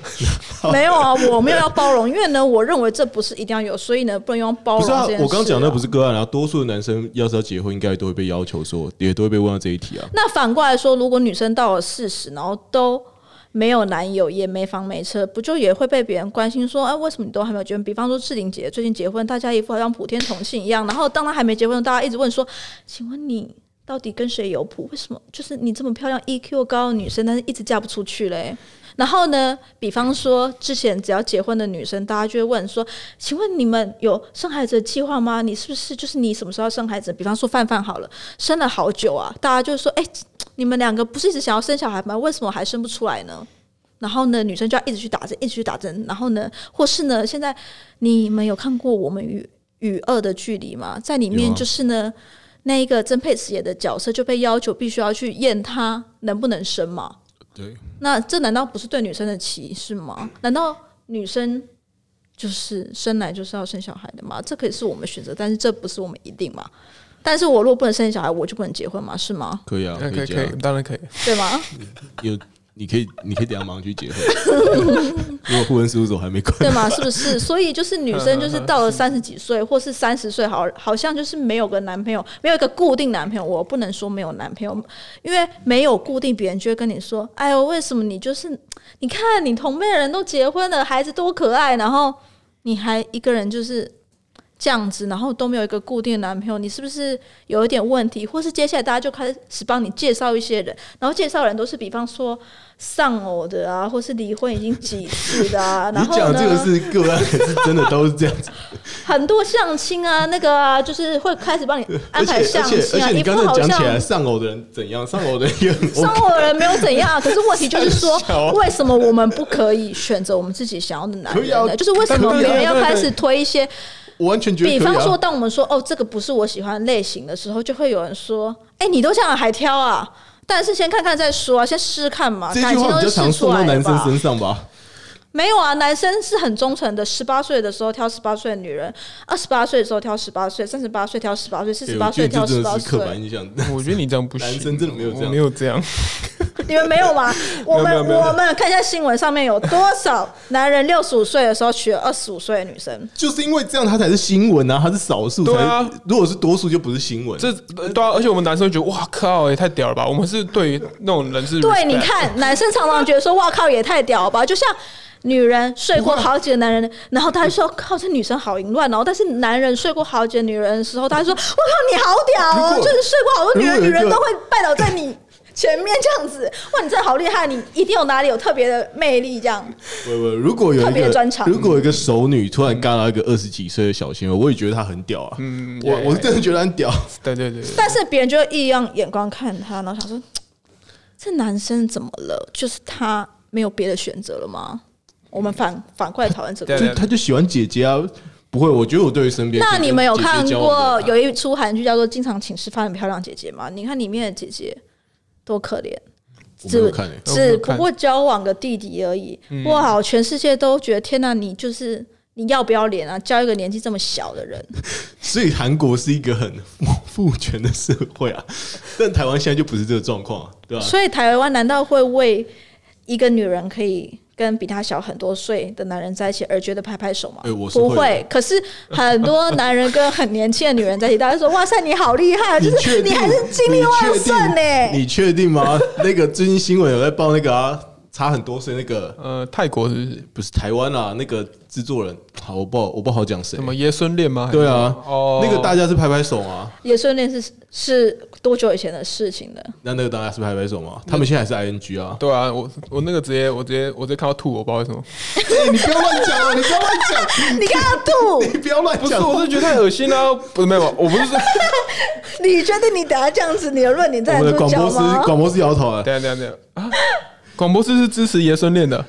S1: 没有啊，我没有要包容，因为呢，我认为这不是一定要有，所以呢，不能用包
S3: 不
S1: 容
S3: 是啊
S1: 这件，事。
S3: 我刚讲那不
S1: 是。
S3: 是个案啊，多数的男生要是要结婚，应该都会被要求说，也都会被问到这一题啊。
S1: 那反过来说，如果女生到了四十，然后都没有男友，也没房没车，不就也会被别人关心说，哎，为什么你都还没有结婚？比方说志玲姐最近结婚，大家一副好像普天同庆一样。然后当她还没结婚，大家一直问说，请问你到底跟谁有谱？为什么就是你这么漂亮、EQ 高的女生，但是一直嫁不出去嘞？然后呢，比方说之前只要结婚的女生，大家就会问说：“请问你们有生孩子的计划吗？你是不是就是你什么时候要生孩子？”比方说范范好了，生了好久啊，大家就说：“哎、你们两个不是一直想要生小孩吗？为什么还生不出来呢？”然后呢，女生就要一直去打针，一直去打针。然后呢，或是呢，现在你们有看过我们与与恶的距离吗？在里
S3: 有
S1: 面
S3: 啊
S1: 就是呢，那一个曾沛慈演的角色就被要求必须要去验她能不能生嘛。
S3: 对，
S1: 那这难道不是对女生的歧视吗？难道女生就是生来就是要生小孩的吗？这可以是我们选择，但是这不是我们一定嘛。但是我如果不能生小孩，我就不能结婚嘛，是吗？
S3: 可以啊，
S2: 可以可
S3: 可
S2: 以
S3: 以这
S2: 可以
S3: 样，，
S2: 当然可以。
S1: 对吗？
S3: 有你可以，你可以等一下马上去结婚。 如果护婚事务所还没关，
S1: 对啊吗？是不是？所以就是女生，就是到了三十几岁，或是三十岁，好，好像就是没有个男朋友，没有一个固定男朋友。我不能说没有男朋友，因为没有固定，别人就会跟你说：“哎呦，为什么你就是？你看你同辈的人都结婚了，孩子多可爱，然后你还一个人就是。”这样子，然后都没有一个固定的男朋友，你是不是有一点问题？或是接下来大家就开始帮你介绍一些人，然后介绍人都是比方说丧偶的啊，或是离婚已经几次的 啊，然
S3: 你
S1: 后
S3: 讲
S1: 呢
S3: 这个是个案，可是真的都是这样子。
S1: 很多相亲啊，那个啊，就是会开始帮你安
S3: 而且
S1: 排相
S3: 而且
S1: 亲
S3: 而
S1: 啊，
S3: 且
S1: 一
S3: 你
S1: 副
S3: 刚才
S1: 好
S3: 讲起
S1: 像
S3: 来丧偶的人怎样？丧偶的人也很 OK
S1: 生活的人没有怎样，可是问题就是 说
S3: 太小，
S1: 为什么我们不可以选择我们自己想要的男人
S3: 可以
S1: 呢？
S3: 啊
S1: 就是为什么别人要开始推一些？
S3: 我完全觉得可
S1: 比
S3: 以啊。
S1: 方说，当我们说哦，这个不是我喜欢的类型的时候，就会有人说：“哎，你都这样还挑啊？”但是先看看再说啊，先试试看嘛。
S3: 这
S1: 感
S3: 句
S1: 情
S3: 话
S1: 都是
S3: 比较
S1: 试
S3: 常
S1: 出
S3: 送到
S1: 来的
S3: 男生
S1: 吧？
S3: 身上吧？
S1: 没有啊，男生是很忠诚的。十八岁的时候挑十八岁的女人，二十八岁的时候挑十八岁，三十八岁挑十八岁，四
S3: 对
S1: 十
S3: 我
S1: 八
S3: 觉
S1: 岁
S3: 得
S1: 挑
S3: 哎这
S1: 十
S3: 真
S1: 八
S3: 的是刻
S1: 岁
S3: 板。印象。
S2: 我觉得你这样不行，
S3: 男生真的没有这样
S2: 我没有这样。
S1: 你们没有 吗？我
S2: 没
S1: 们
S2: 有没有
S1: 我们看一下新闻上面有多少男人六十五岁的时候娶了二十五岁的女生，
S3: 就是因为这样，他才是新闻啊，他是少数。
S2: 对啊
S3: 才是，如果是多数就不是新闻。
S2: 这呃对啊，而且我们男生会觉得哇靠，欸也太屌了吧！我们是对于那种人是
S1: 对，
S2: respect
S1: 你，看男生常常觉得说哇靠也太屌了吧，就像。女人睡过好几个男人，然后他就说：“靠，这女生好淫乱哦。”但是男人睡过好几个女人的时候，他就说：“我靠，你好屌哦！”
S3: 如果
S1: 就是睡过好多女人，
S3: 如
S1: 女
S3: 果有一个
S1: 人都会拜倒在你前面这样子。哇，你真的好厉害，你一定有哪里有特别的魅力这样。
S3: 不不，如果有
S1: 特
S3: 一
S1: 别专
S3: 个
S1: 场
S3: 如果有一个熟女突然干到一个二十几岁的小鲜肉，我也觉得她很屌啊。
S2: 嗯
S3: 我
S2: 对
S3: 我真的觉得很屌。
S2: 对对对对，
S1: 但是别人就会异样眼光看他，然后想说，这男生怎么了？就是他没有别的选择了吗？我们反反过来讨论这
S2: 对
S1: 个。
S3: 就他就喜欢姐姐啊。不会，我觉得我对于身边
S1: 那你们有
S3: 跟姐姐
S1: 看
S3: 交
S1: 过
S3: 往的啊
S1: 有一出韩剧叫做《经常请吃饭的漂亮姐姐》吗？你看里面的姐姐多可怜，
S3: 我没有看嗯欸
S2: 我没有
S1: 只不
S2: 看
S1: 过交往个弟弟而已。哇，全世界都觉得天哪、你就是你要不要脸啊？交一个年纪这么小的人，
S3: 所以韩国是一个很父权的社会啊，但台湾现在就不是这个状况、啊，对吧、
S1: 所以台湾难道会为一个女人可以跟比她小很多岁的男人在一起而觉得拍拍手吗？
S3: 哎我是
S1: 不
S3: 会的
S1: 会。可是很多男人跟很年轻的女人在一起，大家说：“哇塞，你好厉害！”就
S3: 你确
S1: 是
S3: 定？
S1: 还是精力旺盛欸呢、
S3: 你确定吗？那个最近新闻有在报那个啊，差很多岁那个
S2: 呃，泰国是不是
S3: 不是台湾啊，那个制作人，好，我不好，我不好讲谁
S2: 什。么爷孙恋吗？还是
S3: 对啊，
S2: 哦，
S3: 那个大家是拍拍手啊，
S1: 野生恋是是多久以前的事情了？
S3: 那那个大家是拍拍手吗？他们现在还是 ING 啊。
S2: 对啊，我我那个直接我直接我直接看到吐，我不知道为什么，
S3: 哎，你不要乱讲啊！你不要乱讲，
S1: 你看他吐，
S3: 你不要乱
S2: 不是，
S3: 讲。
S2: 我是觉得太恶心了，啊不是没有，我不是说，
S1: 你确定你等下这样子，你哎的论点
S3: 我
S1: 在
S3: 们的
S1: 做
S3: 广
S1: 脚
S3: 播师，
S1: 吗？
S3: 广播师摇头啊。
S2: 等一下等一下等一下啊，广播室是支持爷孙恋的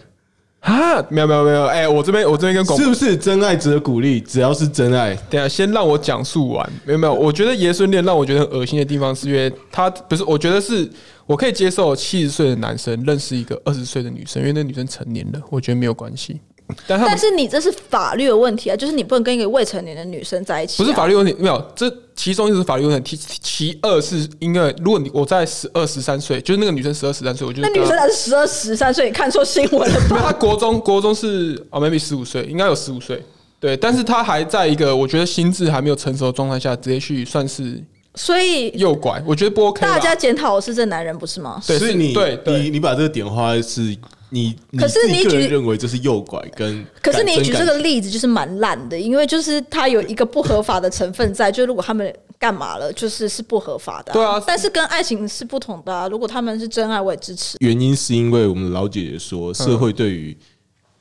S2: 啊？没有没有没有，哎，我这边我这边跟广
S3: 是不是真爱值得鼓励？只要是真爱，
S2: 等一下，先让我讲述完。没有没有，我觉得爷孙恋让我觉得很恶心的地方是，因为他不是，我觉得是我可以接受七十岁的男生认识一个二十岁的女生，因为那女生成年了，我觉得没有关系。但他们
S1: 但是你这是法律的问题啊，就是你不能跟一个未成年的女生在一起、啊
S2: 不是法律问题，没有，这其中一个是法律问题，其其二是因为如果你我在十二十三岁，就是那个女生十二十三岁，我就
S1: 那
S2: 是
S1: 女
S2: 跟
S1: 生
S2: 她
S1: 才是十二十三岁，你看错新闻了
S2: 啊没有，
S1: 吧？
S2: 她国中国中是哦，maybe 十五岁，应该有十五岁。对，但是她还在一个我觉得心智还没有成熟的状态下，直接去算是
S1: 所以
S2: 诱拐，我觉得不 OK 吧。
S1: 大家检讨的是这男人不是吗？
S2: 对
S3: 所以
S2: 是
S3: 你
S2: 对对
S3: 你你把这个点花是你，
S1: 可是
S3: 你
S1: 你
S3: 自己个人
S1: 举
S3: 认为这是诱拐跟
S1: 可
S3: 感，
S1: 是你举这个
S3: 真感情
S1: 例子就是蛮烂的，因为就是他有一个不合法的成分在，就如果他们干嘛了，就是是不合法的、
S2: 对啊
S1: 但是跟爱情是不同的啊。如果他们是真爱，我也支持。
S3: 原因是因为我们老姐姐说，
S1: 嗯
S3: 社会对于、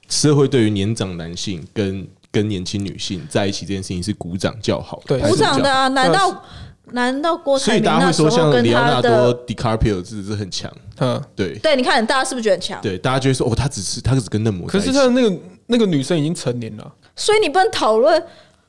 S3: 社会对于年长男性跟跟年轻女性在一起这件事情是鼓掌叫好，
S2: 对
S3: 拍手
S1: 鼓
S2: 是
S1: 掌的
S3: 叫好。
S1: 啊，难
S2: 对
S1: 道难道郭
S3: 所
S1: 台
S3: 以
S1: 铭
S3: 大家
S1: 那
S3: 会
S1: 时
S3: 说，
S1: 候
S3: 像
S1: 跟
S3: 里奥纳
S1: 他的
S3: 多 DiCaprio 是是很强，
S2: 嗯，
S3: 对
S1: 对，你看大家是不是觉得很强？
S3: 对，大家就会说哦，他只是他只跟嫩模在
S2: 可
S3: 一起，
S2: 是他的那个那个女生已经成年了，
S1: 所以你不能讨论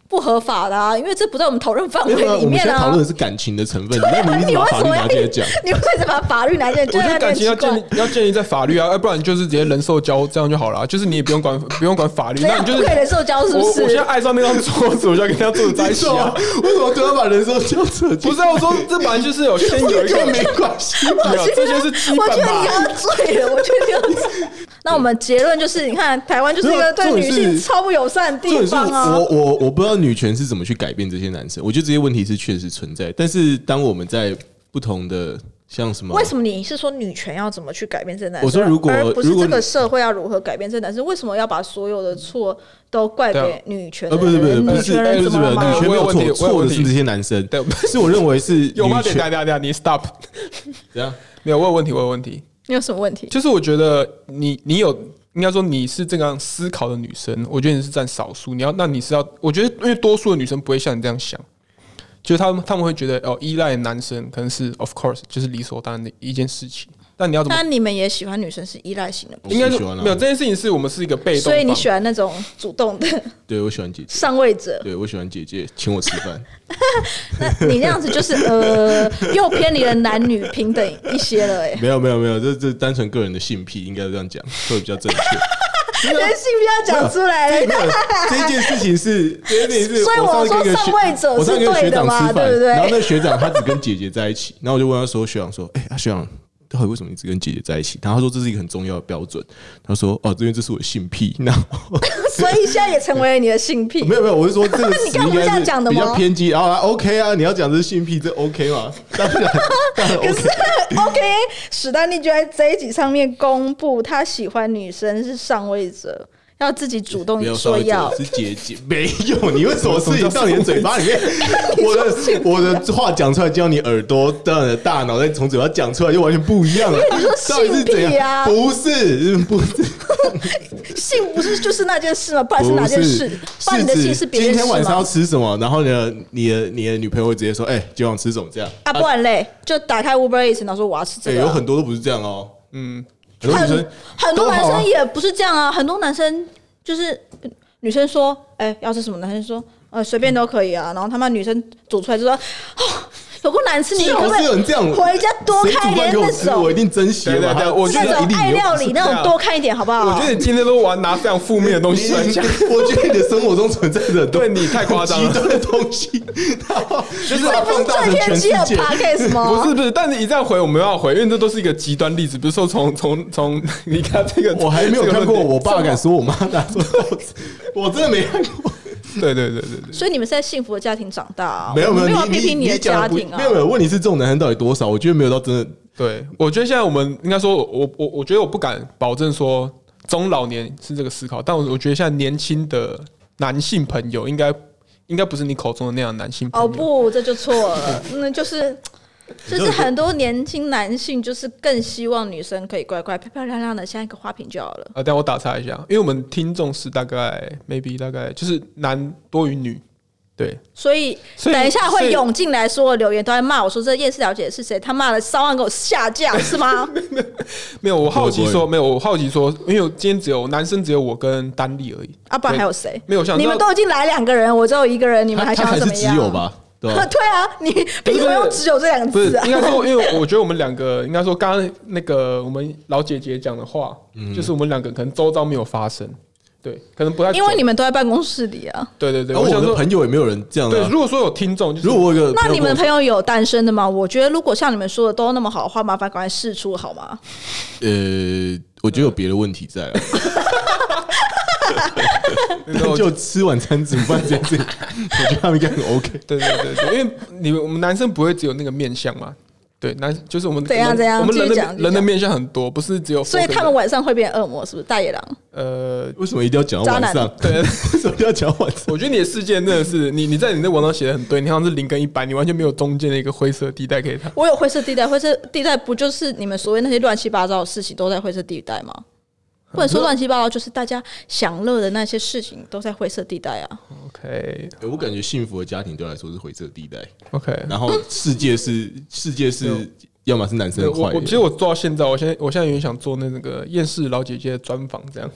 S1: 不合法的啊，因为这不在我们讨论范
S3: 没
S1: 围
S3: 有没有
S1: 里
S3: 我们
S1: 面
S3: 现在讨论
S1: 啊
S3: 的。是感情的成分，那你一
S1: 你
S3: 直把
S1: 为
S3: 法
S1: 什
S3: 律
S1: 么
S3: 拿
S1: 要
S3: 进 来讲，
S1: 你为什么把法律拿进来？
S2: 我觉得
S1: 就有点
S2: 感情要
S1: 奇怪
S2: 建立要建立在法律啊，要不然你就是直接人兽交这样就好了啊，就是你也不用管不用管法律，
S1: 怎
S2: 那
S1: 样
S2: 你就
S1: 啊不
S2: 是
S1: 可以人受教是
S2: 我
S1: 不
S2: 我现
S1: 是
S2: 在？爱上那张桌子，我就要跟他坐在一起啊。
S3: 哦为什么都要把人说叫扯 进
S2: 不是啊，我说这本来就是有先有一
S3: 这
S2: 个
S3: 没关系吧？
S2: 没有，啊这些是基
S1: 我觉
S2: 本
S1: 得
S2: 吧。
S1: 你喝醉了，我觉得你喝醉了。那我们结论就是，你看台湾就是一个对女
S3: 重点
S1: 性
S3: 是
S1: 超不友善的
S3: 重
S1: 地
S3: 点是
S1: 方啊
S3: 我。我我不知道女权是怎么去改变这些男生，我觉得这些问题是确实存在，但是当我们在不同的像什么
S1: 为什么你是说女权要怎么去改变这男生？啊
S3: 啊我说如果
S1: 而不是
S3: 如果
S1: 这个社会要如何改变这男生，为什么要把所有的错都怪
S2: 对啊
S1: 给女权
S3: 呃，
S1: 的
S3: 不是
S1: 人？
S3: 不是不
S1: 女
S3: 是，
S1: 权人
S3: 不
S1: 怎
S3: 是
S1: 么
S3: 不
S1: 了
S3: 是，女
S1: 吗？
S3: 权没
S2: 我有
S3: 有
S2: 问题我
S3: 错，
S2: 有
S3: 错
S2: 问
S3: 的
S2: 题
S3: 是这些男生。
S2: 对
S3: 是我认为是
S2: 有吗？
S3: 女
S2: 等
S3: 权啊
S2: 一下等一下，你 stop，
S3: 怎样？
S2: 没有，我有问题，我有问题。
S1: 你有什么问题？
S2: 就是我觉得你你有应该说你是这样思考的女生，我觉得你是占少数。你要那你是要，我觉得因为多数的女生不会像你这样想，就是她们她们会觉得哦，依赖男生可能是 of course 就是理所当然的一件事情。但你要怎么？
S1: 但你们也喜欢女生是依赖型的，
S2: 应该
S3: 我
S2: 是
S3: 不喜欢啊
S2: 没有这件事情，是我们是一个被动方。
S1: 所以你喜欢那种主动的
S3: 对我喜欢姐姐，
S1: 上位者。
S3: 对我喜欢姐姐，请我吃饭。
S1: 那你那样子就是呃，又偏离了男女平等一些了、欸。
S3: 没有没有没有，这这单纯个人的性癖，应该这样讲会比较正确。
S1: 哎，人性不要讲出来了。
S3: 没有 这一件事情是，这件事情是，
S1: 所以
S3: 我
S1: 我
S3: 上次跟一个
S1: 说
S3: 学
S1: 上位者
S3: 我上次
S1: 是
S3: 跟一个
S1: 对
S3: 学
S1: 的
S3: 长
S1: 嘛
S3: 吃饭，
S1: 对不对
S3: 然后那个学长他只跟姐姐在一起，然后我就问他说，学长说，哎、啊学长。到底为什么你只跟姐姐在一起？然后他说这是一个很重要的标准。他说：“哦，因为这是我的性癖。” 然后。
S1: 所以现在也成为了你的性癖
S3: 没有没有，我是说这个
S1: 你
S3: 词
S1: 刚刚
S3: 应
S1: 不是这
S3: 该
S1: 样
S3: 是
S1: 讲的
S3: 比
S1: 吗
S3: 较偏激。然后他 OK 啊，你要讲这是性癖，这哦 OK 啊吗？当然，当然 OK。
S1: OK，史丹利就在这一集上面公布他喜欢女生是上位者，要自己主动
S3: 不要
S1: 说要。
S3: 是姐姐，没有你为什 么事情到你的嘴巴里面？我的我的话讲出来叫你耳朵到你的大脑，再从嘴巴讲出来就完全不一样了。
S1: 你说
S3: 到底是怎
S1: 性癖啊
S3: 样？不是不是
S1: 性不是就是那件事吗？不然是哪
S3: 不
S1: 件事？不然你的
S3: 指
S1: 性是别
S3: 哎今
S1: 件
S3: 天
S1: 事
S3: 晚上要
S1: 吗？
S3: 吃什么？然后呢，你的你的女朋友会直接说：“哎，今晚吃什么？”这样
S1: 啊，不然嘞，就打开 Uber Eats，然后说我要吃
S3: 哎，
S1: 这个
S3: 有
S1: 啊。
S3: 很多都不是这样哦。嗯，很多女生
S1: 很很多男
S3: 都好啊
S1: 生也不是这样啊，很多男生就是呃女生说，哎、要吃什么？男生说，呃，随便都可以啊。然后他妈女生煮出来就说，哦，有够难吃，你
S3: 是
S1: 可
S3: 不
S1: 以
S3: 是有人这样？
S1: 回家多
S3: 谁
S1: 开
S3: 煮饭
S1: 点
S3: 给我
S1: 那
S3: 吃，
S1: 种
S3: 我一定珍惜
S2: 对对
S3: 的。
S2: 对我觉得
S1: 那种爱料理那种多看一点好不好？
S2: 我觉得你今天都玩拿非常负面的东西来
S3: 你
S2: 讲，
S3: 我觉得你的生活中存在着很多
S2: 对你太夸张了
S3: 极端的东西，然后就是
S1: 这不是最偏激的 podcast 吗？
S2: 不是不是，但是一再回我们要回，因为这都是一个极端例子。比如说从从从你看这个，
S3: 我还没有看过，
S2: 这个
S3: 我爸敢说我妈拿错刀子，我真的没看过。
S2: 对对对对对，
S1: 所以你们是在幸福的家庭长大、啊，
S3: 没有
S1: 我
S3: 没
S1: 没
S3: 有，
S1: 要批评
S3: 你
S1: 的
S3: 讲
S1: 家
S3: 的不
S1: 庭啊。
S3: 没有没有。问题是这种男生到底多少？我觉得没有到真的。
S2: 对，我觉得现在我们应该说，我我我觉得我不敢保证说中老年是这个思考，但我我觉得现在年轻的男性朋友应该应该不是你口中的那样的男性朋友。
S1: 哦不，这就错 了，那就是。就是很多年轻男性，就是更希望女生可以乖乖、漂漂亮亮的，像一个花瓶就好了。
S2: 啊，但我打岔一下，因为我们听众是大概 maybe 大概就是男多于女，对，
S1: 所以
S2: 所以
S1: 等一下
S2: 所
S1: 会
S2: 以
S1: 涌进来，所有留言都在骂我说：“这夜市小姐是谁？他妈的，骚案给我下架是 吗？”
S2: 没有，我好奇
S3: 不会
S2: 说没有，我好奇说，因为我今天只有男生只有我跟丹丽而已，
S1: 啊，不然
S2: 对
S1: 还有谁？
S2: 没有我想知道
S1: 你们都已经来两个人，我只有一个人，你们
S3: 他
S1: 还
S3: 他
S1: 想
S3: 还
S1: 要怎
S3: 是
S1: 么
S3: 只
S1: 样？
S3: 有吧？对吧？
S1: 对啊，你凭什么用“只有”这两个
S2: 不是
S1: 字啊？
S2: 应该说，因为我觉得我们两个应该说，刚刚那个我们老姐姐讲的话，
S3: 嗯
S2: 就是我们两个可能周遭没有发生，对，可能不太
S1: 因为
S2: 准
S1: 你们都在办公室里啊。
S2: 对对对，
S3: 然后
S2: 想
S3: 我的
S2: 说，
S3: 朋友也没有人这样
S2: 对，
S3: 啊。
S2: 如果说有听众，就是
S3: 如果我有一个
S1: 那你们的朋
S3: 友
S1: 友有单身的吗？我觉得如果像你们说的都那么好的话，麻烦赶快试出好吗？
S3: 跟我，呃，我觉得有别的问题在 啊。但就吃晚餐煮饭这件 事情，我觉得他们应该很 OK。
S2: 对对对对，因为你们我们男生不会只有那个面相嘛。对，男就是我们
S1: 怎样
S2: 人
S1: 怎样
S2: 我们
S1: 继续
S2: 人的
S1: 讲继续
S2: 人的
S1: 讲
S2: 面相很多，不是只有 focus 在。
S1: 所以他们晚上会变恶魔，是不是？大野狼，
S2: 呃，
S3: 为什么一定要讲到晚
S1: 渣
S3: 上？
S1: 男
S3: 对， 为什么一定要讲到晚 上？
S2: 我觉得你的事件真的是你你在你的文章写的很对，你好像是零跟一百，你完全没有中间的一个灰色地带可以谈。
S1: 我有灰色地带，灰色地带不就是你们所谓那些乱七八糟的事情都在灰色地带吗？或者说乱七八糟就是大家享乐的那些事情都在灰色地带啊？
S2: OK
S3: 欸我感觉幸福的家庭对我来说是灰色地带，
S2: OK，
S3: 然后世界是
S1: 嗯
S3: 世界是，要么是男生
S2: 对
S3: 很
S2: 我
S3: 坏
S2: 我其实
S3: 的，
S2: 我做到现在，我现在我现在有点想做那个厌世老姐姐的专访，这样。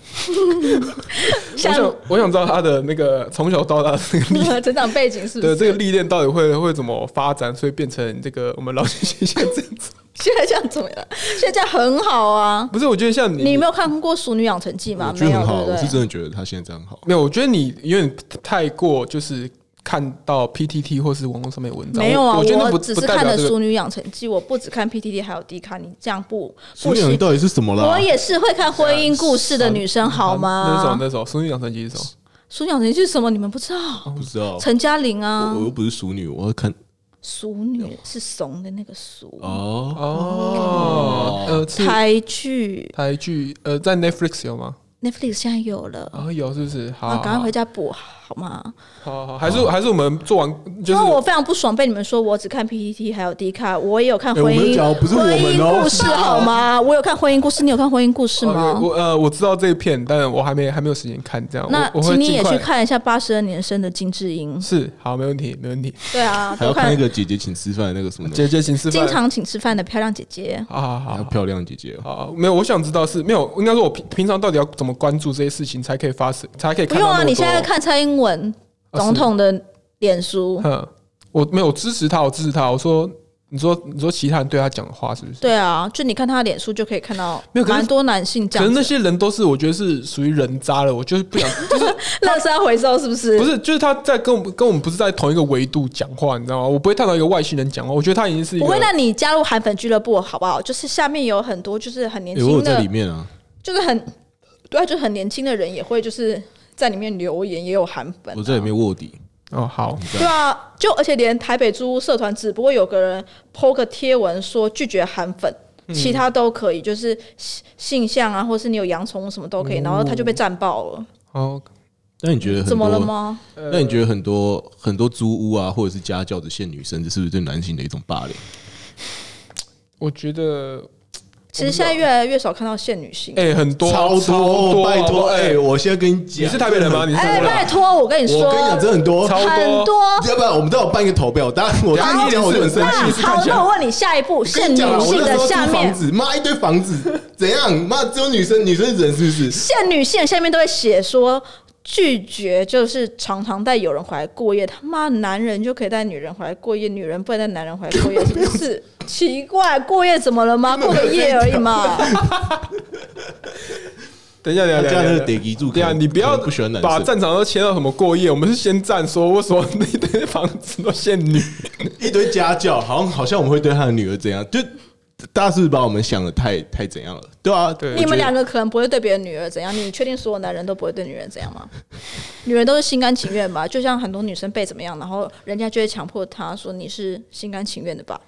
S2: 我
S1: 像
S2: 想我想知道她的那个从小到大的那个历
S1: 你们成长背景是不
S2: 对
S1: 是？
S2: 这个历练到底会会怎么发展，所以变成这个我们老姐姐现在这样子。
S1: 现在这样怎么样？现在这样很好啊！
S2: 不是，我觉得像你
S1: 你没有看过《熟女养成记》吗
S3: 我？觉
S1: 没
S3: 得
S1: 有，
S3: 很好，
S1: 对不
S3: 我是
S1: 对？
S3: 真的觉得他现在这样好。
S2: 没有，我觉得你有点太过就是看到 PTT 或是网络上面的文章，
S1: 没有啊，
S2: 我
S1: 我
S2: 我觉得那不
S1: 只
S2: 不
S1: 是
S2: 代
S1: 看
S2: 表
S1: 了
S2: 这
S1: 《
S2: 个啊
S1: 淑女养成记》，我不只看 PTT，还有 D 卡。你这样不
S3: 熟
S1: 不
S3: 女人
S1: 行，
S3: 到底是什么啦？
S1: 我也是会看婚姻故事的女生，好
S2: 啊那首
S1: 吗？
S2: 那首《淑女养成记》是什么？哦
S1: 《淑女养成记》是什么？你们不知道？
S3: 不知道，
S1: 陈嘉玲啊
S3: 我，我又不是熟女，我要看
S1: 俗女是怂的那个俗，
S3: 哦，
S2: 哦，呃，是
S1: 台剧
S2: 台剧，呃，在 Netflix 有吗？
S1: Netflix 现在有了，
S2: 啊，有是不是？好，
S1: 啊，赶快
S2: 好
S1: 回家补好吗？
S2: 好好，哦还是还是我们做完，就
S1: 因
S2: 是
S1: 为我非常不爽被你们说我只看 PPT 还有 D 卡，我也有看
S3: 哎
S1: 婚
S3: 我们
S1: 姻、
S3: 讲的不是我
S1: 婚
S3: 们哦
S1: 姻 故事好吗？我有看婚姻故事，你有看婚姻故事
S2: 哦
S1: 吗？
S2: 我呃，我知道这一片，但我还没还没有时间看，这样。
S1: 那
S2: 我我会
S1: 请你
S2: 尽
S1: 也
S2: 快
S1: 去。看一下八十二年生的金智英，
S2: 是，好，没问题，没问题。
S1: 对啊，
S3: 还要
S1: 都
S3: 看那个姐姐请吃饭的那个什么东西，
S2: 姐姐，请吃饭。
S1: 经常请吃饭的漂亮姐姐。
S2: 好好
S3: 还
S2: 好
S3: 要
S2: 好
S3: 漂亮姐姐哦。
S2: 好，没有，我想知道是没有，应该说我平平常到底要怎么关注这些事情，才可以发生，才可以
S1: 不
S2: 看
S1: 用
S2: 到
S1: 啊，
S2: 那么
S1: 你现在
S2: 多
S1: 看蔡英文
S2: 啊
S1: 总统的脸书，
S2: 嗯，我没有我支持他，我支持他。我说，你说，你说其他人对他讲的话是不是？
S1: 对啊，就你看他的脸书就可以看到
S2: 没有可是
S1: 蛮多男性这
S2: 可是
S1: 样
S2: 那
S1: 子，
S2: 些人都是我觉得是属于人渣了，我就是不想，就是
S1: 垃圾回收是不是？
S2: 不是就是他在跟我们跟我们不是在同一个维度讲话，你知道吗？我不会看到一个外星人讲话，我觉得他已经是一
S1: 不
S2: 个
S1: 会，那你加入韩粉俱乐部好不好？就是下面有很多就是很年
S3: 哎，我有
S1: 轻
S3: 在里
S1: 的，
S3: 面啊，
S1: 就是很对啊，就是很年轻的人也会就是在里面留言，也有韩粉啊
S3: 我。在里面卧底。
S2: 哦好，
S1: 对啊，就而且连台北租屋社团只不过有个人 PO 个贴文说拒绝韩粉，
S3: 嗯
S1: 其他都可以，就是性性向啊，或是你有养宠物什么都可以，然后他就被战爆了，
S2: 哦，
S3: 那你觉嗯得很
S1: 怎么了
S3: 多？
S1: 吗？
S3: 那你觉得很多很多租屋啊，或者是家教的限女生，这是不是对男性的一种霸凌？
S2: 我觉得
S1: 其实现在越来越少看到现女性。
S2: 哎、很多超多
S3: 拜
S2: 好不好
S3: 托，
S2: 哎、
S3: 哎，我现在跟你
S2: 你
S3: 讲，
S2: 是台北人吗？你是
S1: 哎、
S2: 台北人吗？
S1: 拜托，我跟你说，
S3: 我跟你讲，真的很多，
S2: 超
S1: 很多。
S3: 要不然我们都有办一个投票，当然 我
S2: 好
S3: 跟你讲，我就很生
S1: 那
S3: 气。
S1: 好，那我问你，下一步
S3: 跟
S1: 现
S3: 你
S1: 女
S3: 讲啊，我
S1: 性
S3: 那时
S1: 的
S3: 候租
S1: 下
S3: 房
S1: 面，
S3: 子，妈一堆房子，怎样？妈只有女生，女生人是不 是？
S1: 现女性下面都会写说。拒绝就是常常带有人回来过夜，他妈男人就可以带女人回来过夜，女人不能带男人回来过夜，是不是？奇怪，过夜怎么了吗？过个夜而已嘛。
S2: 等一下，等一下，
S3: 这
S2: 等一
S3: 样就
S2: 下
S3: 得抵住
S2: 啊对啊，
S3: 可能
S2: 你不
S3: 可
S2: 要
S3: 能不喜欢男生
S2: 把战场都切到什么过夜，我们是先战说为什么 那堆房子都限女？
S3: 一堆家教，好像好像我们会对他的女儿怎样？就大家是不是把我们想的太太怎样了？对啊，
S2: 对
S1: 你
S3: 我觉
S1: 们
S3: 得
S1: 两个可能不会对别人女儿怎样，你确定所有男人都不会对女人怎样 吗？女人都是心甘情愿吧？就像很多女生被怎么样，然后人家就会强迫她说你是心甘情愿的吧？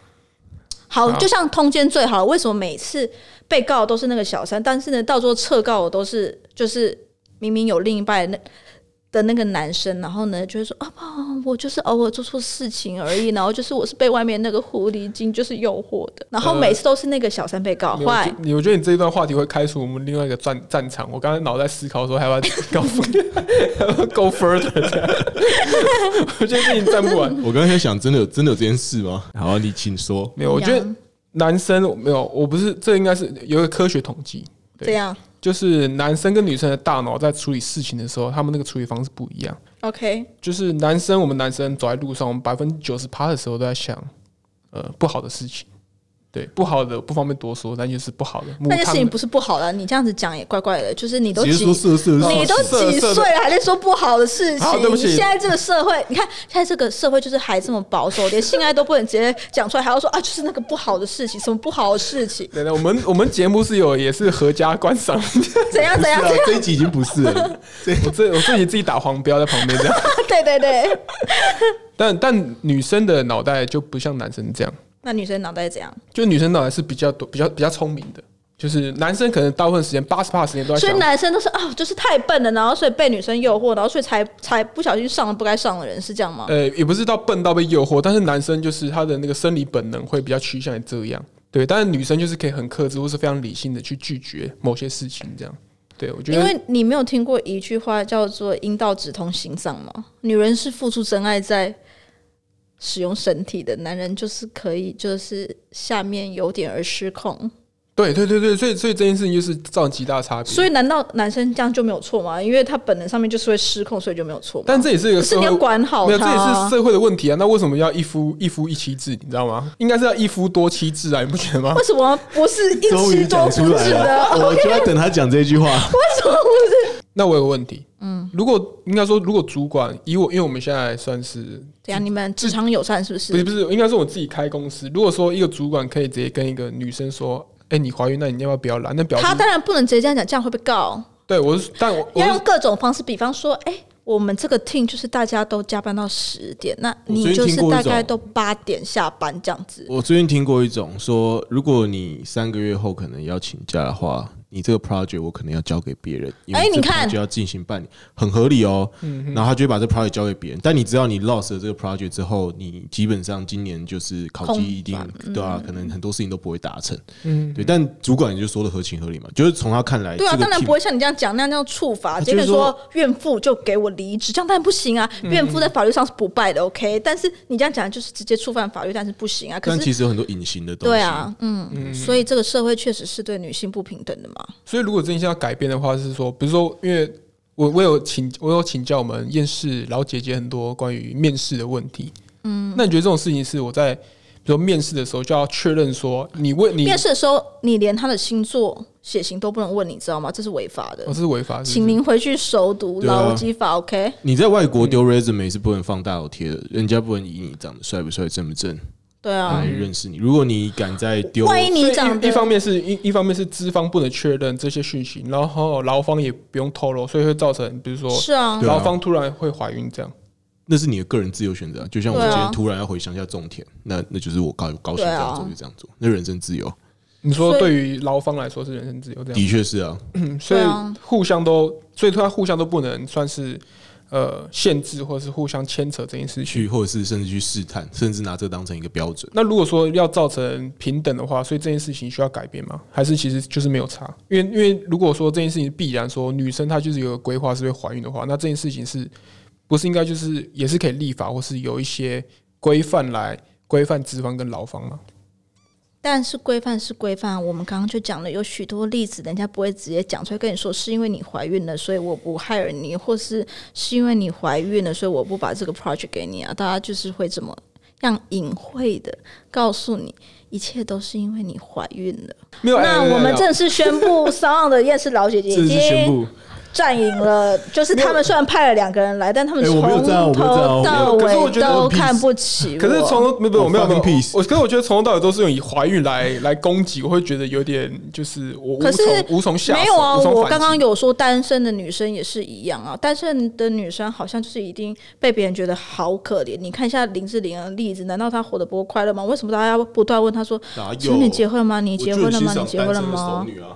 S1: 好，
S2: 好
S1: 就像通奸罪好了，为什么每次被告都是那个小三，但是呢，到最后撤告的都是就是明明有另一半的那的那个男生，然后呢就会说啊，不我就是偶尔做错事情而已，然后就是我是被外面那个狐狸精就是诱惑的，然后
S3: 呃
S1: 每次都是那个小三被告
S2: 没有我
S1: 坏。
S2: 觉你我觉得你这一段话题会开除我们另外一个战战场。我刚才脑袋思考说还要不要 go go further，这样 我觉得自己站不完。
S3: 我刚才在想，真的有真的有这件事吗？
S2: 啊
S3: 好，你请说。
S2: 没有，我觉得
S1: 一样
S2: 男生没有，我不是这应该是有一个科学统计，对
S1: 这样
S2: 就是男生跟女生的大脑在处理事情的时候，他们那个处理方式不一样。
S1: ，OK，
S2: 就是男生，我们男生走在路上，我们百分之九十趴的时候都在想，呃，不好的事情。对，不好的不方便多说，但就是不好的。
S1: 那件事情
S2: 木炭
S1: 不是不好的，你这样子讲也怪怪的，就是你都
S3: 直接
S1: 几
S3: 说色色，
S1: 你都几岁了，还在说不好的事
S2: 好
S1: 情？
S2: 对不起
S1: 现在这个社会，你看现在这个社会就是还这么保守，连性爱都不能直接讲出来，还要说啊，就是那个不好的事情，什么不好的事情，
S2: 对对，我们我们节目是有也是合家观赏，
S1: 怎样怎样
S3: 是啊
S1: 怎样？，
S3: 这一集已经不是了。这
S2: 我自我自己自己打黄标在旁边这样。
S1: 对对对。
S2: 但但女生的脑袋就不像男生这样，
S1: 那女生脑袋怎样？
S2: 就女生脑袋是比较多、比较比较聪明的，就是男生可能大部分时间八十趴时间都在
S1: 所以
S2: 想。
S1: 男生都是啊、就是太笨了，然后所以被女生诱惑，然后所以才才不小心上了不该上的人，是这样吗？
S2: 呃，也不是到笨到被诱惑，但是男生就是他的那个生理本能会比较趋向于这样，对。但是女生就是可以很克制，或是非常理性的去拒绝某些事情，这样。对，我觉
S1: 因
S2: 得
S1: 为你没有听过一句话叫做“阴道直通心脏”吗？女人是付出真爱在使用身体的，男人就是可以就是下面有点而失控。
S2: 对对对对，所以所以这件事情就是造成极大差别。
S1: 所
S2: 以，
S1: 以难道男生这样就没有错吗？因为他本能上面就是会失控，所以就没有错吗？
S2: 但这也是一个
S1: 可是
S2: 社
S1: 你
S2: 会
S1: 要管好
S2: 没有，这
S1: 他
S2: 也是
S1: 啊。
S2: 社会的问题啊。那为什么要一夫一夫一妻制？你知道吗？应该是要一夫多妻制啊，你不觉得吗
S1: 为？什么不是 一
S3: 终于
S1: 妻多
S3: 讲
S1: 夫
S3: 出来
S1: 制呢？
S3: 了，我就在等他讲这句话。
S1: 为什么不是？
S2: 那我有个问题，嗯，如果应该说，如果主管以我，因为我们现在算是
S1: 怎啊样？你们职场友善是不
S2: 不是
S1: 是？
S2: 不是，应该是我自己开公司。如果说一个主管可以直接跟一个女生说：“哎、你怀孕，那你要不要不要来？”那表示
S1: 他当然不能直接这样讲，这样会被告。
S2: 对我是，但我我
S1: 要用
S2: 是
S1: 各种方式，比方说，哎、我我们这个 team 就是大家都加班到十点，那
S3: 我
S1: 你
S3: 最
S1: 就
S3: 近
S1: 是
S3: 听过
S1: 大
S3: 一种
S1: 概都八点下班这样子。
S3: 我最近听过一种说，如果你三个月后可能要请假的话，你这个 project 我可能要交给别人，因为
S1: 哎
S3: 这
S1: 你看
S3: 就要进行办理，很合理哦。然后他就会把这 project 交给别人，但你知道你 lost 了这个 project 之后，你基本上今年就是考
S1: 空
S3: 绩一定
S1: 嗯
S3: 对啊，可能很多事情都不会达成。嗯，对。但主管就说的合情合理嘛，就是从他看来，
S1: 对啊，
S3: 这个
S1: 当然
S3: team-
S1: 不会像你这样讲那样那样处罚，
S3: 他
S1: 直接
S3: 啊就
S1: 跟
S3: 是嗯
S1: 你说怨妇就给我离职，这样当然不行啊。怨妇在法律上是不败的，OK？但是你这样讲就是直接触犯法律，但是不行啊。可
S3: 但
S1: 是
S3: 其实有很多隐形的东西。
S1: 对啊，嗯，所以这个社会确实是对女性不平等的嘛。
S3: 嗯
S2: 所以如果真心要改变的话，是说，比如说，因为我我有请我有请教我们厌世老姐姐很多关于面试的问题。嗯，那你觉得这种事情是我在比如说面试的时候就要确认说你问你
S1: 面试的时候，你连他的星座、血型都不能问，你知道吗？这是违法的
S2: 我、哦、。是违法，是
S1: 请
S2: 不是
S1: 您回去熟读
S3: 对啊
S1: 劳基法，OK？
S3: 你在外国丢 resume 是不能放大头贴的，人家不能以你长得帅不帅、正不正
S1: 对啊
S3: 来，认识你。如果你敢再丢，
S1: 万一你
S2: 所以
S1: 长
S2: 一一
S1: 得
S2: 方面是一一方面是资方不能确认这些讯息，然后劳方也不用透露，所以会造成比如说
S1: 是啊
S3: 对，
S2: 劳方突然会怀孕这样。
S3: 那是你的个人自由选择啊。就像我
S1: 对啊
S3: 今天突然要回乡下种田，那那就是我高高兴这样做
S1: 对啊
S3: 就这样做，那人生自由
S2: 你
S1: 所
S2: 说
S1: 以
S2: 对于劳方来说是人身自由这样，
S3: 的确是啊。
S2: 嗯所以
S1: 对啊
S2: 互相都，所以突然互相都不能算是呃限制或是互相牵扯这件事情。
S3: 去或者是甚至去试探，甚至拿这当成一个标准。
S2: 那如果说要造成平等的话，所以这件事情需要改变吗？还是其实就是没有差？因为因为如果说这件事情必然说女生她就是有个规划是会怀孕的话，那这件事情是不是应该就是也是可以立法或是有一些规范来规范资方跟劳方吗？
S1: 但是规范是规范，我们刚刚就讲了，有许多例子，人家不会直接讲出来跟你说，是因为你怀孕了，所以我不害了你，或是是因为你怀孕了，所以我不把这个 project 给你啊。大家就是会这么样隐晦的告诉你，一切都是因为你怀孕了。
S2: 没有，哎
S1: 那
S2: 哎哎
S1: 我们
S2: 哎
S1: 正式宣 布，骚浪的夜市老姐姐已经
S3: 布，
S1: 战赢了。就是他们虽然派了两个人来，但他们
S3: 哎我没有
S1: 从
S3: 这
S2: 啊
S3: 样我没有这样
S1: 头
S3: 我没有
S1: 到
S2: 可是我
S1: 尾
S2: 觉得
S1: 都
S2: 我
S1: 看不起我。
S2: 可是从头没有没有没
S3: fucking
S2: 有
S3: peace
S2: 我可是我觉得从头到尾都是用以怀孕来来攻击，我会觉得有点就是我无
S1: 可是
S2: 从无从下手
S1: 没有啊，
S2: 无从
S1: 我
S2: 反击
S1: 刚刚有说单身的女生也是一样啊，单身的女生好像就是一定被别人觉得好可怜。你看一下林志玲的例子，难道她活得不够快乐吗？为什么大家要不断问她说
S2: 哎
S3: 哪：“有
S1: 请问你结婚了吗？你结婚了吗？你
S3: 我就很欣赏
S1: 结婚了
S3: 单身的熟
S1: 吗嗯
S3: 女啊？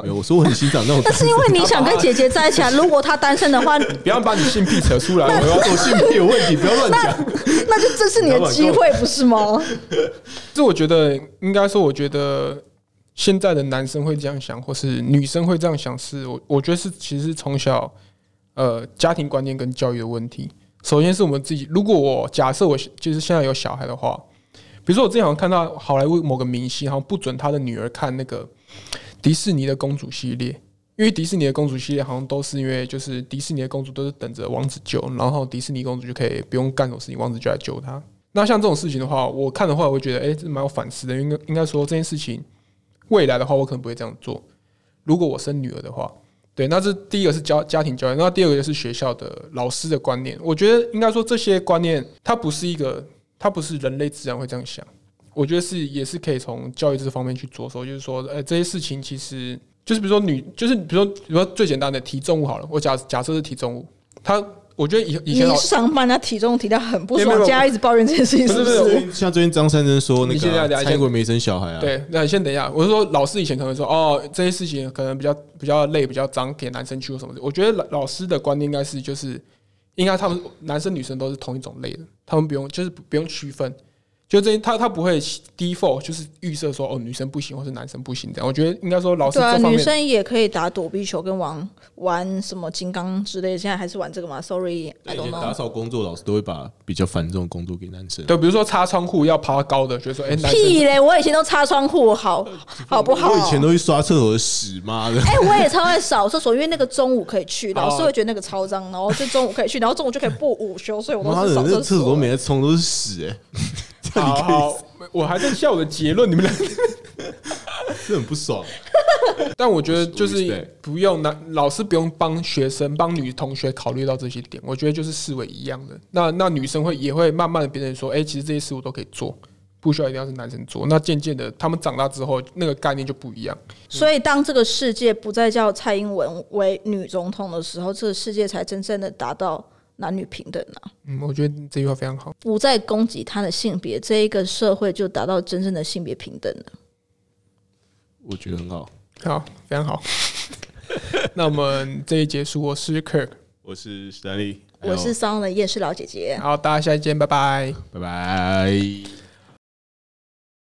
S3: 没有，我说我很欣赏那种单身，但？”
S1: 是因为你想跟姐姐在一起啊。如果她单身的话，
S2: 不要把你性癖扯出来，我要
S3: 我性别有问题，不要乱讲。
S1: 那就这是你的机会，不是 吗？
S2: 这我觉得应该说，我觉得现在的男生会这样想，或是女生会这样想是，我我觉得是其实是从小呃家庭观念跟教育的问题。首先是我们自己，如果我假设我就是现在有小孩的话，比如说我之前好像看到好莱坞某个明星，好像不准他的女儿看那个迪士尼的公主系列，因为迪士尼的公主系列好像都是因为就是迪士尼的公主都是等着王子救，然后迪士尼公主就可以不用干什么事情，王子就来救她。那像这种事情的话，我看的话，我会觉得，哎、这蛮有反思的。应该应该说这件事情，未来的话，我可能不会这样做。如果我生女儿的话，对，那这第一个是家家庭教育，那第二个就是学校的老师的观念。我觉得应该说这些观念，它不是一个，它不是人类自然会这样想。我觉得是也是可以从教育这方面去着手，就是说，呃，这些事情其实就是比如说女，就是比如说比如说最简单的提重物好了，我假假设是提重物，它我觉得以以
S1: 你
S2: 前老
S1: 上班，她体重提到很不
S2: 没有
S1: 爽，
S2: 没有
S1: 家一直抱怨这件事情，是
S2: 不是不是
S1: 是？
S3: 像最近张三生说那
S2: 你先
S3: 个
S2: 聊聊
S3: 啊
S2: 先
S3: 蔡英文没生小孩啊，
S2: 对，那你先等一下。我是说，老师以前可能说，哦，这些事情可能比较比较累，比较脏，给男生去或什么的。我觉得老老师的观念应该是，就是应该他们男生女生都是同一种类的，他们不用就是不不用区分，就这他他不会 default 就是预设说，哦，女生不行或是男生不行这样。我觉得应该说老师
S1: 对啊，
S2: 这方
S1: 女
S2: 面，
S1: 生也可以打躲避球跟玩玩什么金刚之类的，现在还是玩这个吗
S3: 对
S1: ？Sorry，I
S3: 以
S1: don't
S3: 前打
S1: know。
S3: 扫工作，老师都会把比较繁重的工作给男生。
S2: 对，比如说擦窗户要爬高的，就说，哎、男生
S1: 屁嘞！我以前都擦窗户， 好好不好？
S3: 我以前都去刷厕所的屎，妈的！
S1: 哎、我也超爱扫厕所，因为那个中午可以去，
S2: 哦
S1: 老师会觉得那个超脏，然后就中午可以去，然后中午就可以不午休，所以我
S3: 妈
S1: 都
S3: 的
S1: 是，扫
S3: 那
S1: 厕
S3: 厕所每次冲都是屎，哎，这
S2: 好
S3: 里可以
S2: 好，我还在笑我的结论，你们俩。
S3: 这很不爽。
S2: 但我觉得就
S3: 我
S2: 是
S3: respect
S2: 不用那老师不用帮学生帮女同学考虑到这些点，我觉得就是视为一样的。那那女生会也会慢慢的变成说，哎、其实这些事我都可以做，不需要一定要是男生做。那渐渐的，他们长大之后，那个概念就不一样。
S1: 所以，当这个世界不再叫蔡英文为女总统的时候，这个世界才真正的达到男女平等啊！
S2: 嗯，我觉得这句话非常好。
S1: 不再攻击他的性别，这一个社会就达到真正的性别平等了。
S3: 我觉得很好。
S2: 好，非常好。 那我们这一节束，我是 Kirk，
S3: 我是史丹利，哎
S1: 我是桑的夜市老姐姐。
S2: 好，大家下一见，拜拜。
S3: 拜拜。